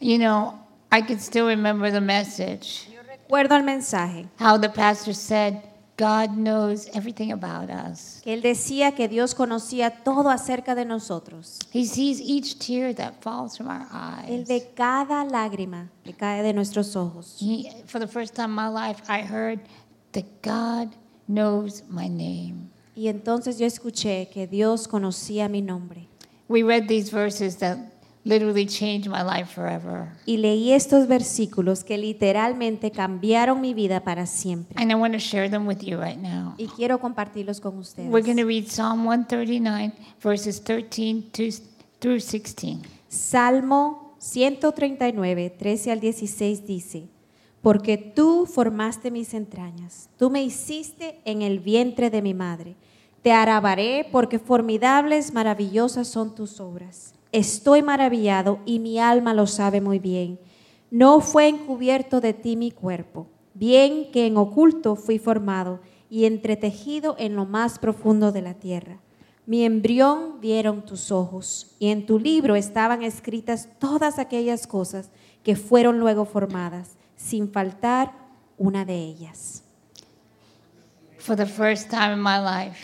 B: You know, I could still remember the message.
A: Recuerdo el mensaje,
B: How the pastor said, God knows everything about us.
A: que él decía que Dios conocía todo acerca de nosotros.
B: He sees each tear that falls from our
A: Él
B: eyes.
A: de cada lágrima que cae de nuestros ojos.
B: He, for the first time in my life, I heard that God knows my name.
A: Y entonces yo escuché que Dios conocía mi nombre.
B: We read these verses that literally changed my life forever.
A: Y leí estos versículos que literalmente cambiaron mi vida para siempre.
B: And I want to share them with you right now.
A: Y quiero compartirlos con ustedes.
B: We're going to read Psalm 139, verses 13 to, through 16.
A: Salmo 139, 13 al 16 dice, Porque tú formaste mis entrañas, tú me hiciste en el vientre de mi madre. Te alabaré porque formidables, maravillosas son tus obras. Estoy maravillado y mi alma lo sabe muy bien. No fue encubierto de ti mi cuerpo, bien que en oculto fui formado y entretejido en lo más profundo de la tierra. Mi embrión vieron tus ojos, y en tu libro estaban escritas todas aquellas cosas que fueron luego formadas, sin faltar una de ellas.
B: For the first time in my life,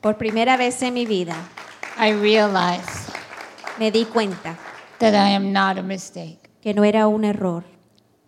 A: Por primera vez en mi vida
B: I realized
A: me di cuenta
B: that I am not a mistake,
A: que no era un error,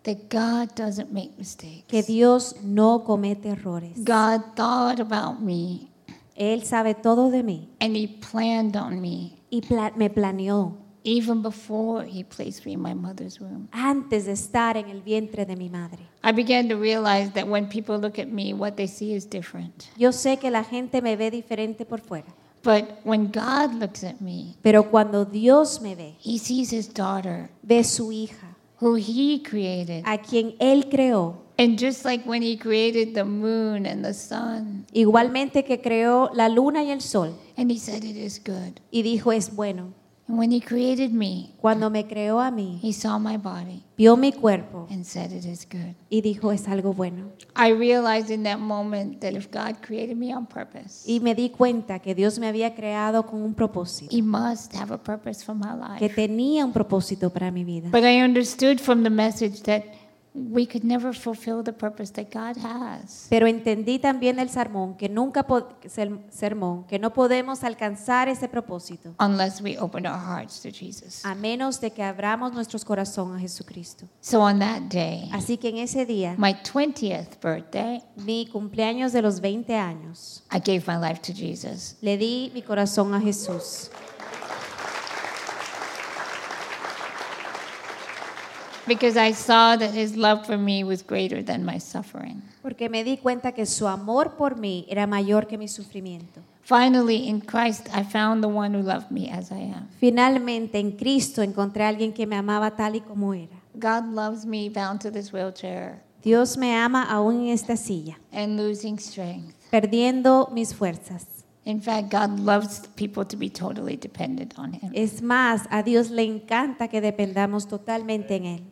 B: that God doesn't make mistakes.
A: que Dios no comete errores.
B: God thought about me
A: Él sabe todo de mí
B: and He planned on me
A: y pla- me planeó
B: even before He placed me in my mother's womb.
A: antes de estar en el vientre de mi madre.
B: I began to realize that when people look at me, what they see is different.
A: Yo sé que la gente me ve diferente por fuera,
B: But when God looks at me,
A: pero cuando Dios me ve,
B: He sees His daughter,
A: ve su hija,
B: who He created.
A: a quien Él creó
B: And just like when He created the moon and the sun,
A: Igualmente que creó la luna y el sol
B: and He said, It is good.
A: y dijo es bueno.
B: And when He created me,
A: Cuando me creó a mí,
B: He saw my body
A: vio mi cuerpo
B: and said, It is good.
A: y dijo es algo bueno.
B: I realized in that moment that if God created me on purpose,
A: Y me di cuenta que Dios me había creado con un propósito,
B: He must have a purpose for my
A: que
B: life.
A: tenía un propósito para mi vida.
B: But I understood from the message that we could never fulfill the purpose that God has.
A: Pero entendí también del sermón que nunca po- ser- sermón que no podemos alcanzar ese propósito
B: unless we open our hearts to Jesus.
A: a menos de que abramos nuestros corazones a Jesucristo.
B: So on that day,
A: Así que en ese día,
B: my 20th birthday,
A: mi cumpleaños de los 20 años,
B: I gave my life to Jesus.
A: le di mi corazón a Jesús.
B: Because I saw that his love for me was greater than my suffering.
A: Porque me di cuenta que su amor por mí era mayor que mi sufrimiento.
B: Finally, in Christ, I found the one who loved me as I am.
A: Finalmente en Cristo encontré a alguien que me amaba tal y como era.
B: God loves me bound to this wheelchair
A: Dios me ama aún en esta silla,
B: and losing strength.
A: perdiendo mis fuerzas.
B: In fact, God loves people to be totally dependent on him.
A: Es más, a Dios le encanta que dependamos totalmente en Él.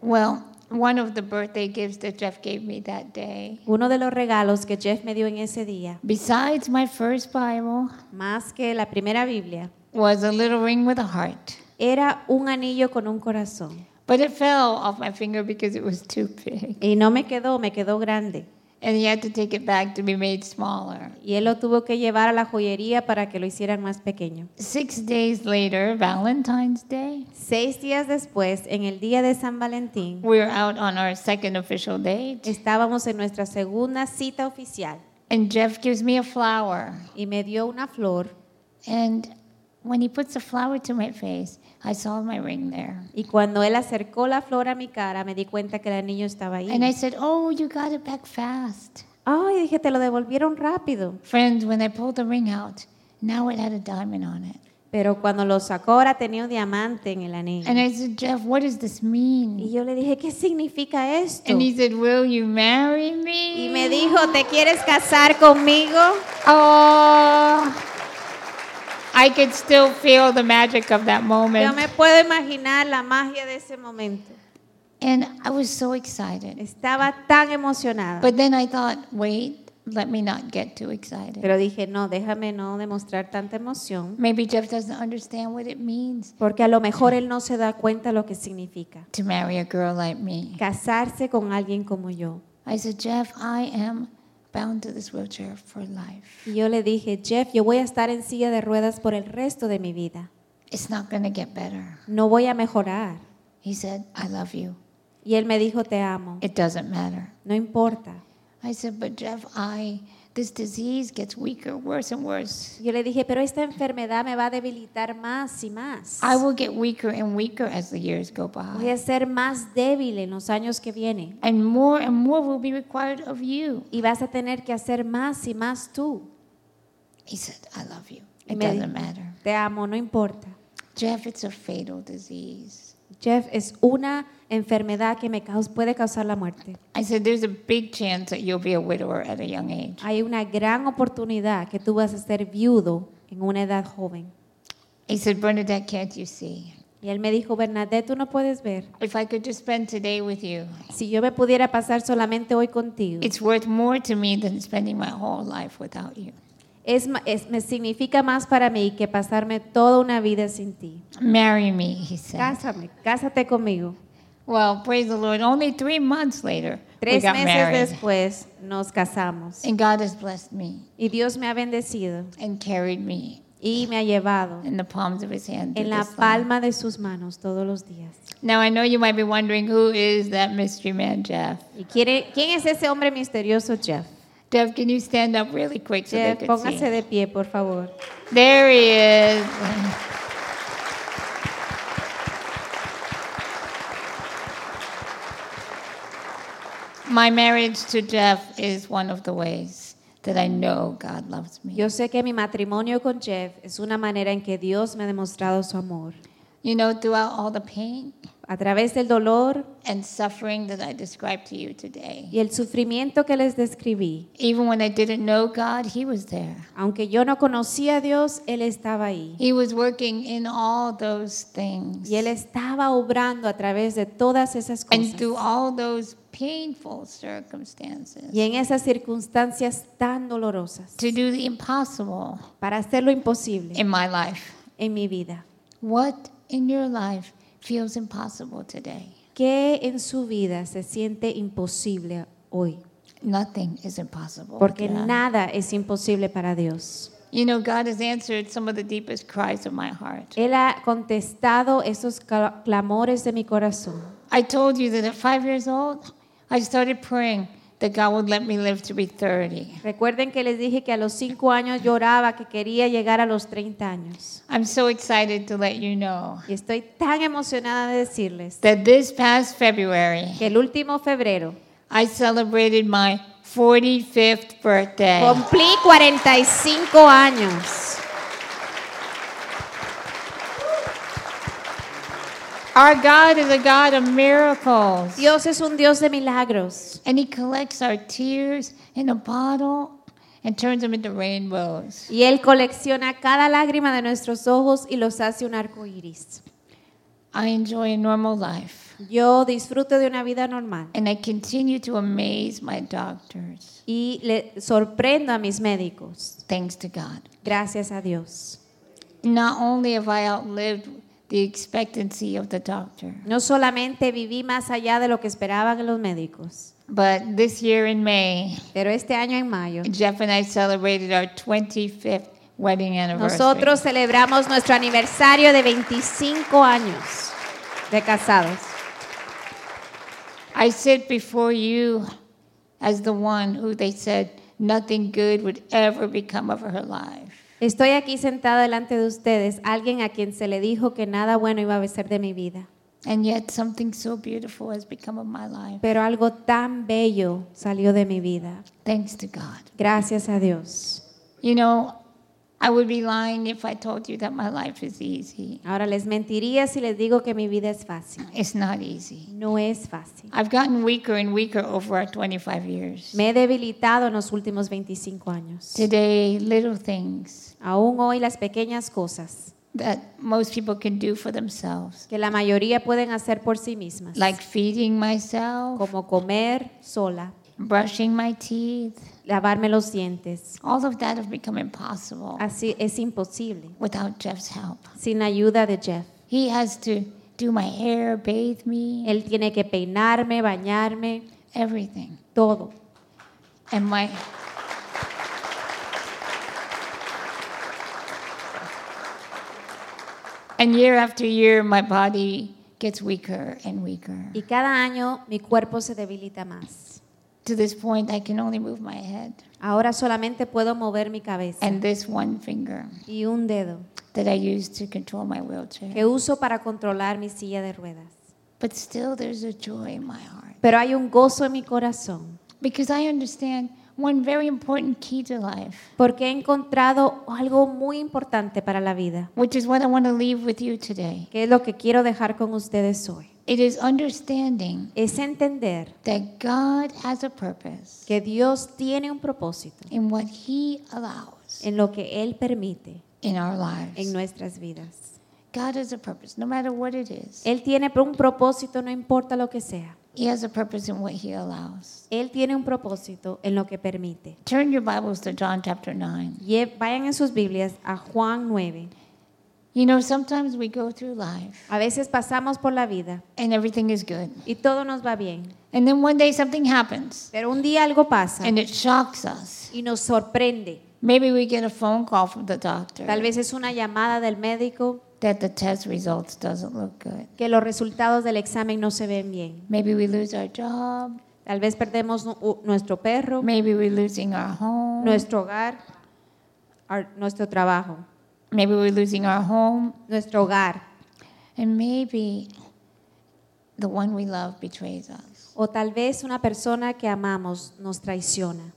B: Well, one of the birthday gifts that Jeff gave me that day,
A: Uno de los regalos que Jeff me dio en ese día,
B: besides my first Bible,
A: más que la primera Biblia,
B: was a little ring with a heart,
A: era un anillo con un corazón.
B: but it fell off my finger because it was too big.
A: Y no me quedó, me quedó grande.
B: And he had to take it back to be made smaller.
A: Y él lo tuvo que llevar a la joyería para que lo hicieran más pequeño.
B: Six days later, Valentine's Day,
A: Seis días después, en el día de San Valentín,
B: we were out on our second official date,
A: estábamos en nuestra segunda cita oficial
B: And Jeff gives me a flower.
A: y me dio una flor.
B: And when he puts the flower to my face, I saw my ring there.
A: Y cuando él acercó la flor a mi cara, me di cuenta que el niño estaba ahí.
B: And I said, Oh, you got it back fast.
A: Ay, dije, te lo devolvieron rápido.
B: Friends, when I pulled the ring out, now it had a diamond on it.
A: Pero cuando lo sacó, ahora tenía un diamante en el anillo.
B: And I said, Jeff, what does this
A: Y
B: mean?
A: yo le dije, ¿qué significa esto?
B: And he said, Will you marry me?
A: Y me dijo, ¿te quieres casar conmigo?
B: Oh, I could still feel the magic of that
A: Yo
B: moment.
A: me puedo imaginar la magia de ese momento.
B: And I was so excited.
A: Estaba tan emocionada.
B: But then I thought, wait, let me not get too excited.
A: Pero dije, no, déjame no demostrar tanta emoción.
B: Maybe Jeff doesn't understand what it means
A: Porque a lo mejor él no se da cuenta lo que significa.
B: to marry a girl like me.
A: Casarse con alguien como yo.
B: I said, Jeff, I am bound to this wheelchair for life.
A: Y yo le dije, Jeff, yo voy a estar en silla de ruedas por el resto de mi vida.
B: It's not going to get better.
A: No voy a mejorar.
B: He said, I love you.
A: Y él me dijo, te amo.
B: It doesn't matter.
A: No importa.
B: I said, but Jeff, I this disease gets weaker, worse and worse.
A: Yo le dije, pero esta enfermedad me va a debilitar más y más.
B: I will get weaker and weaker as the years go
A: Voy
B: by.
A: a ser más débil en los años que vienen.
B: And more and more will be required of you.
A: Y vas a tener que hacer más y más tú.
B: He said, I love you. It
A: Me di-
B: doesn't matter.
A: Te amo, no importa.
B: Jeff, it's a fatal disease.
A: Jeff, es una enfermedad que me caus- puede causar la muerte.
B: I said, there's a big chance that you'll be a widower at a young age.
A: Hay una gran oportunidad que tú vas a ser viudo en una edad joven.
B: He said, Bernadette, can't you see?
A: Y él me dijo, Bernadette, tú no puedes ver.
B: If I could just spend today with you,
A: Si yo me pudiera pasar solamente hoy contigo,
B: it's worth more to me than spending my whole life without you.
A: es, ma- es- me significa más para mí que pasarme toda una vida sin ti.
B: Marry me, he said.
A: Cásame, cásate conmigo.
B: Well, praise the Lord. Only three months later, we
A: Tres
B: got
A: meses
B: married.
A: después nos casamos
B: And God has blessed me
A: y Dios me ha bendecido
B: and carried me
A: y me ha llevado
B: in the palms of his hand. to
A: en la
B: this land.
A: palma de sus manos todos los días.
B: Now, I know you might be wondering who is that mystery man, Jeff?
A: ¿Y quiere- quién es ese hombre misterioso, Jeff?
B: Jeff, can you stand up really quick so
A: Jeff,
B: they can see?
A: póngase de pie, por favor.
B: There he is. My marriage to Jeff is one of the ways that I know God loves me.
A: Yo sé que mi matrimonio con Jeff es una manera en que Dios me ha demostrado su amor.
B: You know, throughout all the pain
A: A través del dolor
B: and suffering that I described to you today,
A: y el sufrimiento que les describí,
B: even when I didn't know God, He was there.
A: aunque yo no conocía a Dios, Él estaba ahí.
B: He was working in all those things.
A: Y Él estaba obrando a través de todas esas
B: And through
A: cosas.
B: all those painful circumstances,
A: Y en esas circunstancias tan dolorosas,
B: to do the impossible
A: para hacer lo imposible
B: in my life.
A: en mi vida.
B: What in your life feels impossible today?
A: ¿Qué en su vida se siente imposible hoy?
B: Nothing is impossible. with
A: Porque
B: God.
A: nada es imposible para Dios.
B: you know, God has answered some of the deepest cries of my heart.
A: Él ha contestado esos cla- clamores de mi corazón.
B: I told you that at five years old, I started praying that God would let me live to be 30.
A: Recuerden que les dije que a los cinco años lloraba que quería llegar a los 30 años.
B: I'm so excited to let you know
A: Y estoy tan emocionada de decirles
B: that this past February,
A: que el último febrero
B: I celebrated my 45th
A: Eh.
B: birthday.
A: cumplí 45 años.
B: Our God is a God of miracles.
A: Dios es un Dios de milagros.
B: And he collects our tears in a bottle and turns them into rainbows.
A: Y Él colecciona cada lágrima de nuestros ojos y los hace un arco iris.
B: I enjoy a normal life,
A: Yo disfruto de una vida normal
B: and I continue to amaze my doctors,
A: y le sorprendo a mis médicos.
B: thanks to God.
A: Gracias a Dios.
B: Not only have I outlived the expectancy of the doctor,
A: No solamente viví más allá de lo que esperaban los médicos,
B: but this year in May,
A: pero este año en mayo
B: Jeff and I celebrated our 25th wedding anniversary.
A: nosotros celebramos nuestro aniversario de 25 años de casados.
B: I sit before you as the one who they said nothing good would ever become of her life.
A: Estoy aquí sentada delante de ustedes, alguien a quien se le dijo que nada bueno iba a ser de mi vida,
B: And yet, something so beautiful has become of my life.
A: pero algo tan bello salió de mi vida.
B: Thanks to God.
A: Gracias a Dios.
B: You know, I would be lying if I told you that my life is easy.
A: Ahora les mentiría si les digo que mi vida es fácil.
B: It's not easy.
A: No es fácil.
B: I've gotten weaker and weaker over our 25 years.
A: Me he debilitado en los últimos 25 años.
B: Today, little things
A: Aún hoy las pequeñas cosas
B: that most people can do for themselves,
A: que la mayoría pueden hacer por sí mismas,
B: like feeding myself,
A: como comer sola,
B: brushing my teeth,
A: lavarme los dientes,
B: all of that have become impossible
A: así es imposible
B: without Jeff's help.
A: sin ayuda de Jeff.
B: He has to do my hair, bathe me,
A: Él tiene que peinarme, bañarme,
B: everything.
A: todo.
B: And my And year after year my body gets weaker and weaker.
A: Y cada año mi cuerpo se debilita más.
B: To this point I can only move my head
A: Ahora solamente puedo mover mi cabeza
B: and this one finger
A: y un dedo
B: that I use to control my wheelchair.
A: que uso para controlar mi silla de ruedas.
B: But still there's a joy in my heart
A: Pero hay un gozo en mi corazón
B: because I understand one very important key to life,
A: porque he encontrado algo muy importante para la vida,
B: which is what I want to leave with you today.
A: que es lo que quiero dejar con ustedes hoy.
B: It is understanding
A: Es entender
B: that God has a purpose.
A: que Dios tiene un propósito
B: in what He allows
A: en lo que Él permite
B: in our
A: en
B: lives.
A: nuestras vidas.
B: God has a purpose, no matter what it is.
A: Él tiene un propósito, no importa lo que sea.
B: He has a purpose in what He allows.
A: Él tiene un propósito en lo que permite.
B: Turn your Bibles to John chapter 9.
A: Lle- Vayan en sus Biblias a Juan 9.
B: You know, sometimes we go through life
A: A veces pasamos por la vida
B: and everything is good.
A: y todo nos va bien,
B: And then one day something happens
A: pero un día algo pasa
B: and it shocks us.
A: y nos sorprende.
B: Maybe we get a phone call from the doctor
A: Tal vez es una llamada del médico
B: that the test results doesn't look good.
A: que los resultados del examen no se ven bien.
B: Maybe we lose our job.
A: Tal vez perdemos nu- u- nuestro perro,
B: Maybe we're losing our home.
A: nuestro hogar, our- nuestro trabajo,
B: Maybe we're losing our home.
A: nuestro hogar.
B: And maybe the one we love betrays us.
A: O tal vez una persona que amamos nos traiciona.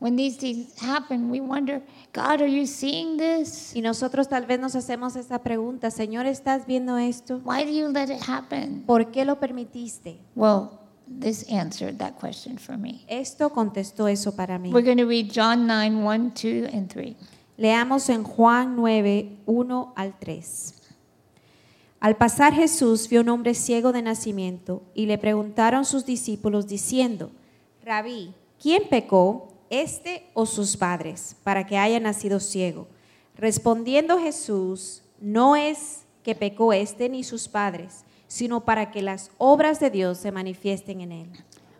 B: When these things happen, we wonder, God, are you seeing this?
A: Y nosotros tal vez nos hacemos esa pregunta, Señor, ¿estás viendo esto?
B: Why do you let it happen?
A: ¿Por qué lo permitiste?
B: Well, this answered that question for me.
A: Esto contestó eso para mí.
B: We're going to read John 9 1, 2, and 3.
A: Leamos en Juan 9, 1 al 3. Al pasar Jesús vio un hombre ciego de nacimiento y le preguntaron sus discípulos diciendo, Rabí, ¿quién pecó, este o sus padres, para que haya nacido ciego? Respondiendo Jesús, no es que pecó este ni sus padres, sino para que las obras de Dios se manifiesten en él.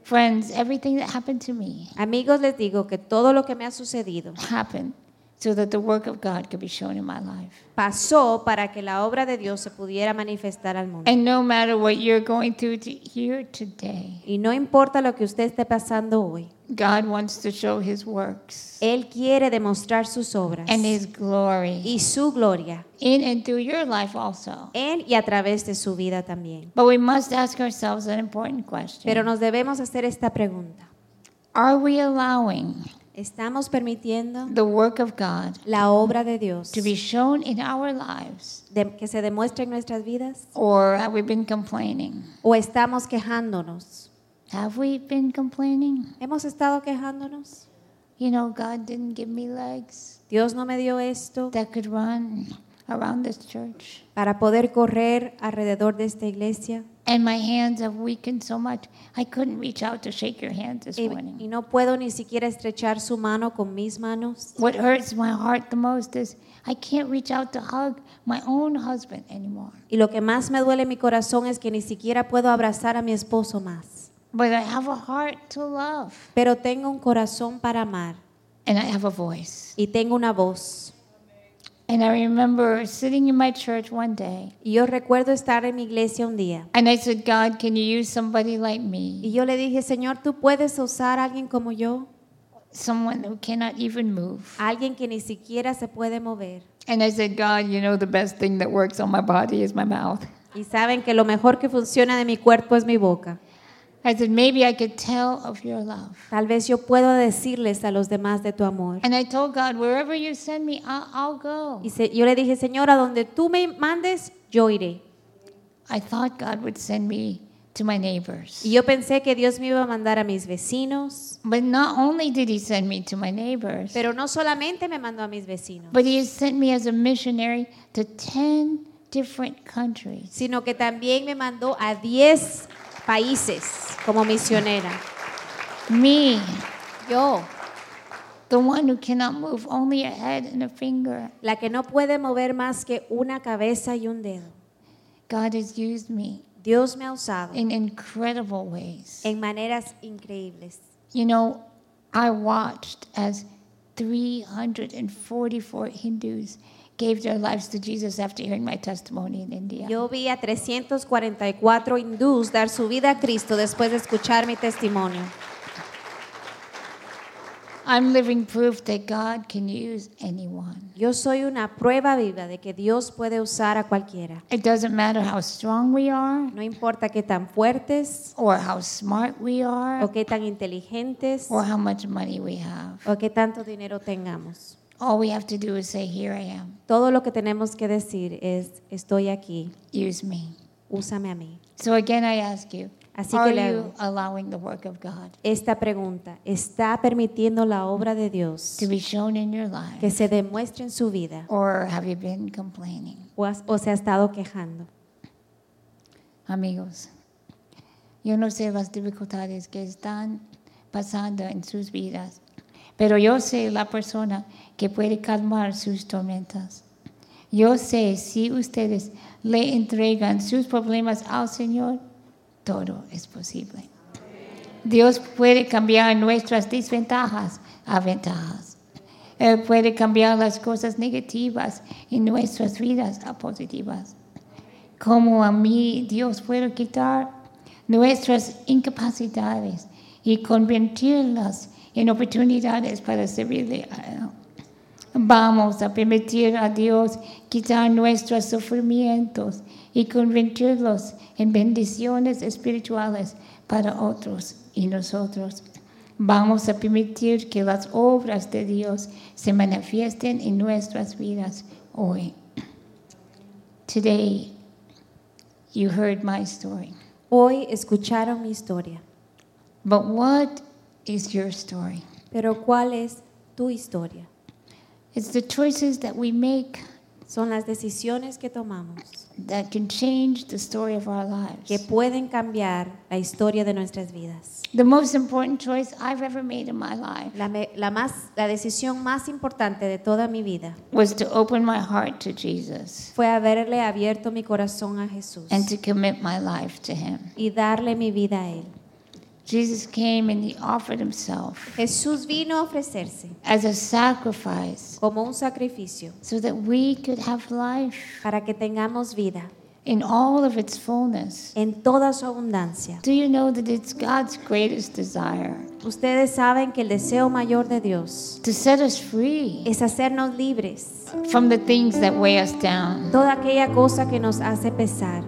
B: Friends, everything that happened to me
A: Amigos, les digo que todo lo que me ha sucedido
B: happened so that the work of God could be shown in my life.
A: pasó para que la obra de Dios se pudiera manifestar al mundo.
B: And no matter what you're going through to here today,
A: Y no importa lo que usted esté pasando hoy,
B: God wants to show his works
A: Él quiere demostrar sus obras
B: and his glory
A: y su gloria
B: in and through your life also.
A: en y a través de su vida también.
B: But we must ask ourselves an important question.
A: Pero nos debemos hacer esta pregunta.
B: Are we allowing
A: ¿Estamos permitiendo
B: the work of God
A: la obra de Dios
B: to be shown in our lives?
A: de- que se demuestre en nuestras vidas?
B: Or have we been complaining?
A: ¿O estamos quejándonos?
B: Have we been complaining?
A: ¿Hemos estado quejándonos?
B: You know, God didn't give me legs
A: Dios no me dio esto
B: that could run around this church.
A: para poder correr alrededor de esta iglesia.
B: And my hands have weakened so much, I couldn't reach out to shake your hand this
A: y, y
B: morning.
A: no puedo ni siquiera estrechar su mano con mis manos.
B: What hurts my heart the most is I can't reach out to hug my own husband anymore.
A: Y lo que más me duele en mi corazón es que ni siquiera puedo abrazar a mi esposo más.
B: But I have a heart to love,
A: Pero tengo un corazón para amar
B: and I have a voice.
A: y tengo una voz.
B: And I remember sitting in my church one day,
A: Y yo recuerdo estar en mi iglesia un día
B: and I said, God, can you use somebody like me?
A: y yo le dije, Señor, ¿tú puedes usar a alguien como yo?
B: someone who cannot even move.
A: alguien que ni siquiera se puede mover.
B: And I said, God, you know, the best thing that works on my body is my mouth.
A: Y saben que lo mejor que funciona de mi cuerpo es mi boca.
B: I said, maybe I could tell of your love.
A: Tal vez yo puedo decirles a los demás de tu amor.
B: And I told God, wherever you send me, I'll, I'll go.
A: Y se- yo le dije, Señora, donde tú me mandes, yo iré.
B: I thought God would send me to my neighbors.
A: Y yo pensé que Dios me iba a mandar a mis vecinos,
B: But not only did He send me to my neighbors,
A: pero no solamente me mandó a mis vecinos,
B: but He has sent me as a missionary to 10 different countries.
A: sino que también me mandó a 10 países como misionera.
B: Me,
A: Yo,
B: the one who cannot move only a head and a finger,
A: la que no puede mover más que una cabeza y un dedo.
B: God has used me
A: Dios me ha usado
B: in incredible ways.
A: en maneras increíbles.
B: You know, I watched as 344 Hindus gave their lives to Jesus after hearing my testimony in India.
A: Yo vi a 344 hindús dar su vida a Cristo después de escuchar mi testimonio.
B: I'm living proof that God can use anyone.
A: Yo soy una prueba viva de que Dios puede usar a cualquiera.
B: It doesn't matter how strong we are,
A: No importa qué tan fuertes
B: or how smart we are,
A: o qué tan inteligentes
B: or how much money we have.
A: o qué tanto dinero tengamos.
B: All we have to do is say, Here I am,
A: Todo lo que tenemos que decir es, estoy aquí,
B: use me.
A: úsame a mí.
B: So again, I ask you,
A: Así
B: are
A: que le
B: you
A: hago
B: allowing the work of God
A: esta pregunta. ¿Está permitiendo la obra de Dios
B: to be shown in your life?
A: que se demuestre en su vida
B: Or have you been complaining?
A: o, has- o se ha estado quejando?
B: Amigos, yo no sé las dificultades que están pasando en sus vidas, pero yo sé la persona que puede calmar sus tormentas. Yo sé si ustedes le entregan sus problemas al Señor, todo es posible. Dios puede cambiar nuestras desventajas a ventajas. Él puede cambiar las cosas negativas en nuestras vidas a positivas como a mí Dios puede quitar nuestras incapacidades y convertirlas en oportunidades para servirle a Él. Vamos a permitir a Dios quitar nuestros sufrimientos y convertirlos en bendiciones espirituales para otros y nosotros. Vamos a permitir que las obras de Dios se manifiesten en nuestras vidas hoy. Today, you heard my story.
A: Hoy escucharon mi historia,
B: But what is your story?
A: pero ¿cuál es tu historia?
B: It's the choices that we make
A: Son las decisiones que tomamos
B: that can change the story of our lives.
A: que pueden cambiar la historia de nuestras vidas.
B: The most important choice I've ever made in my life
A: La, me- la más, la decisión más importante de toda mi vida
B: was to open my heart to Jesus
A: fue haberle abierto mi corazón a Jesús
B: and to commit my life to Him.
A: y darle mi vida a Él.
B: Jesus came and He offered Himself
A: Jesús vino a ofrecerse
B: as a sacrifice
A: como un sacrificio
B: so that we could have life
A: para que tengamos vida
B: in all of its fullness.
A: en toda su abundancia.
B: Do you know that it's God's greatest desire
A: Ustedes saben que el deseo mayor de Dios
B: to set us free?
A: es hacernos libres
B: from the things that weigh us down.
A: toda aquella cosa que nos hace pesar.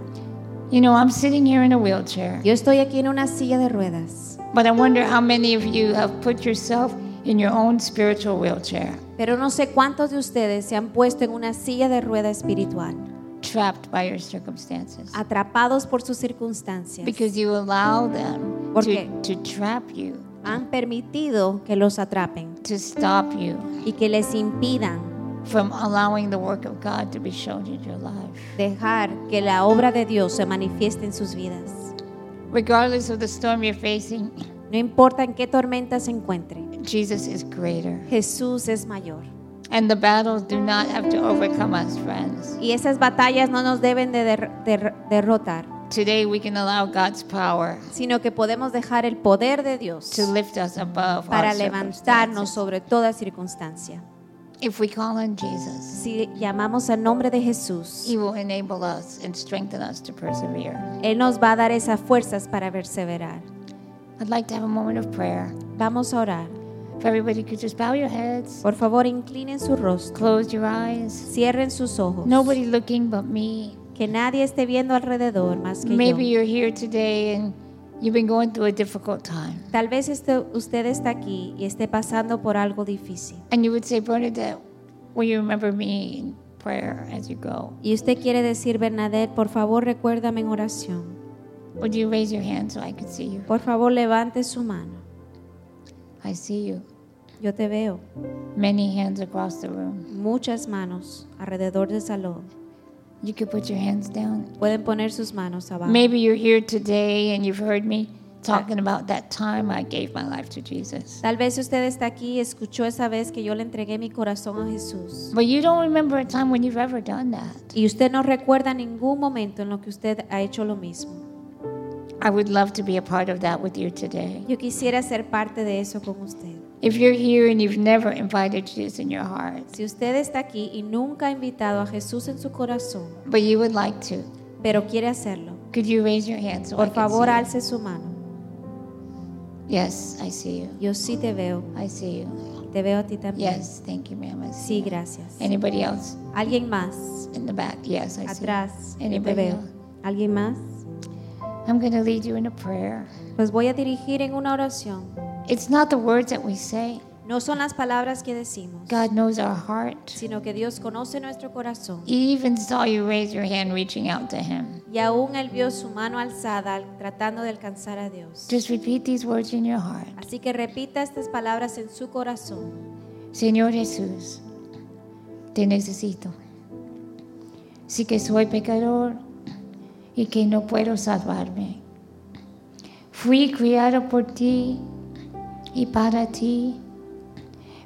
B: You know, I'm sitting here in a wheelchair,
A: Yo estoy aquí en una silla de ruedas,
B: but I wonder how many of you have put yourself in your own spiritual wheelchair,
A: pero no sé cuántos de ustedes se han puesto en una silla de rueda espiritual,
B: trapped by your circumstances,
A: atrapados por sus circunstancias.
B: because you allow them
A: ¿Por
B: to,
A: qué?
B: to trap you,
A: han permitido que los atrapen
B: to stop you
A: y que les impidan
B: from allowing the work of God to be shown in your life.
A: dejar que la obra de Dios se manifieste en sus vidas.
B: Regardless of the storm you're facing,
A: No importa en qué tormenta se encuentre,
B: Jesus is greater.
A: Jesús es mayor.
B: And the battles do not have to overcome us, friends.
A: Y esas batallas no nos deben de der- der- derrotar,
B: Today we can allow God's power
A: sino que podemos dejar el poder de Dios
B: to lift us above
A: para
B: our
A: levantarnos
B: circumstances.
A: sobre toda circunstancia.
B: If we call on Jesus,
A: Si llamamos al nombre de Jesús,
B: He will enable us and strengthen us to persevere.
A: Él nos va a dar esas fuerzas para perseverar.
B: I'd like to have a moment of prayer.
A: Vamos a orar.
B: If everybody could just bow your heads,
A: Por favor, inclinen su rostro.
B: close your eyes.
A: Cierren sus ojos.
B: Nobody looking but me.
A: Que nadie esté viendo alrededor más que
B: Maybe
A: yo.
B: you're here today and you've been going through a difficult time.
A: Tal vez este- usted está aquí y esté pasando por algo difícil.
B: And you would say, Bernadette, will you remember me in prayer as you go?
A: Y usted quiere decir, Bernadette, por favor recuérdame en oración.
B: Would you raise your hand so I could see you?
A: Por favor levante su mano.
B: I see you.
A: Yo te veo.
B: Many hands across the room.
A: Muchas manos alrededor del salón.
B: You could put your hands down.
A: Pueden poner sus manos abajo.
B: Maybe you're here today and you've heard me talking about that time I gave my life to Jesus.
A: Tal vez usted está aquí y escuchó esa vez que yo le entregué mi corazón a Jesús.
B: But you don't remember a time when you've ever done that.
A: Y usted no recuerda ningún momento en lo que usted ha hecho lo mismo.
B: I would love to be a part of that with you today.
A: Yo quisiera ser parte de eso con usted.
B: If you're here and you've never invited Jesus in your heart,
A: Si usted está aquí y nunca ha invitado a Jesús en su corazón,
B: but you would like to,
A: pero quiere hacerlo,
B: could you raise your hand so I
A: por
B: can
A: favor
B: see you?
A: alce su mano.
B: Yes, I see you.
A: Yo sí te veo.
B: I see you.
A: Te veo a ti también.
B: Yes, thank you, ma'am. I see
A: Sí,
B: you.
A: gracias.
B: Anybody else
A: ¿Alguien más?
B: in the back? Yes, I see. you.
A: Atrás. Yo te
B: Anybody
A: veo.
B: else?
A: ¿Alguien más?
B: I'm going to lead you in a prayer.
A: Pues voy a dirigir en una oración.
B: It's not the words that we say.
A: No son las palabras que decimos,
B: God knows our heart.
A: sino que Dios conoce nuestro corazón.
B: He even saw you raise your hand reaching out to him.
A: Y aún él vio su mano alzada al- tratando de alcanzar a Dios.
B: Just repeat these words in your heart.
A: Así que repita estas palabras en su corazón.
B: Señor Jesús, te necesito. Sí que soy pecador y que no puedo salvarme. Fui criado por ti y para ti,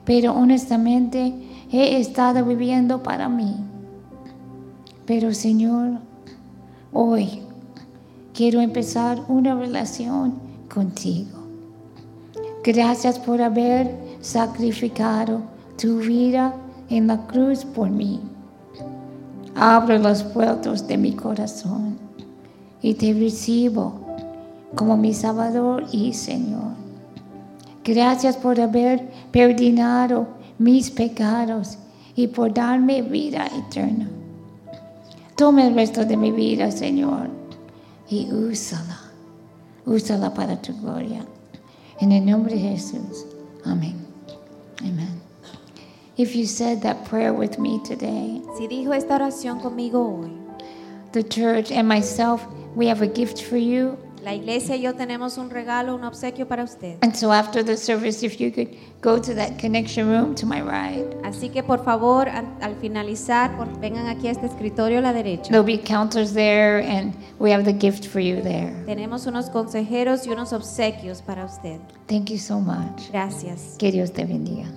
B: pero honestamente he estado viviendo para mí. Pero Señor, hoy quiero empezar una relación contigo. Gracias por haber sacrificado tu vida en la cruz por mí. Abro los puertos de mi corazón y te recibo como mi Salvador y Señor. Gracias por haber perdonado mis pecados y por darme vida eterna. Toma el resto de mi vida, Señor, y úsala. Úsala para tu gloria. En el nombre de Jesús. Amén. Amen. If you said that prayer with me today,
A: Si dijo esta oración conmigo hoy,
B: the church and myself, we have a gift for you.
A: la iglesia y yo tenemos un regalo, un obsequio para usted.
B: And so after the service, if you could go to that connection room to my right,
A: Así que por favor, al, al finalizar, por- vengan aquí a este escritorio a la derecha.
B: there'll be counselors there, and we have the gift for you there.
A: Tenemos unos consejeros y unos obsequios para usted.
B: Thank you so much.
A: Gracias.
B: Que Dios te bendiga.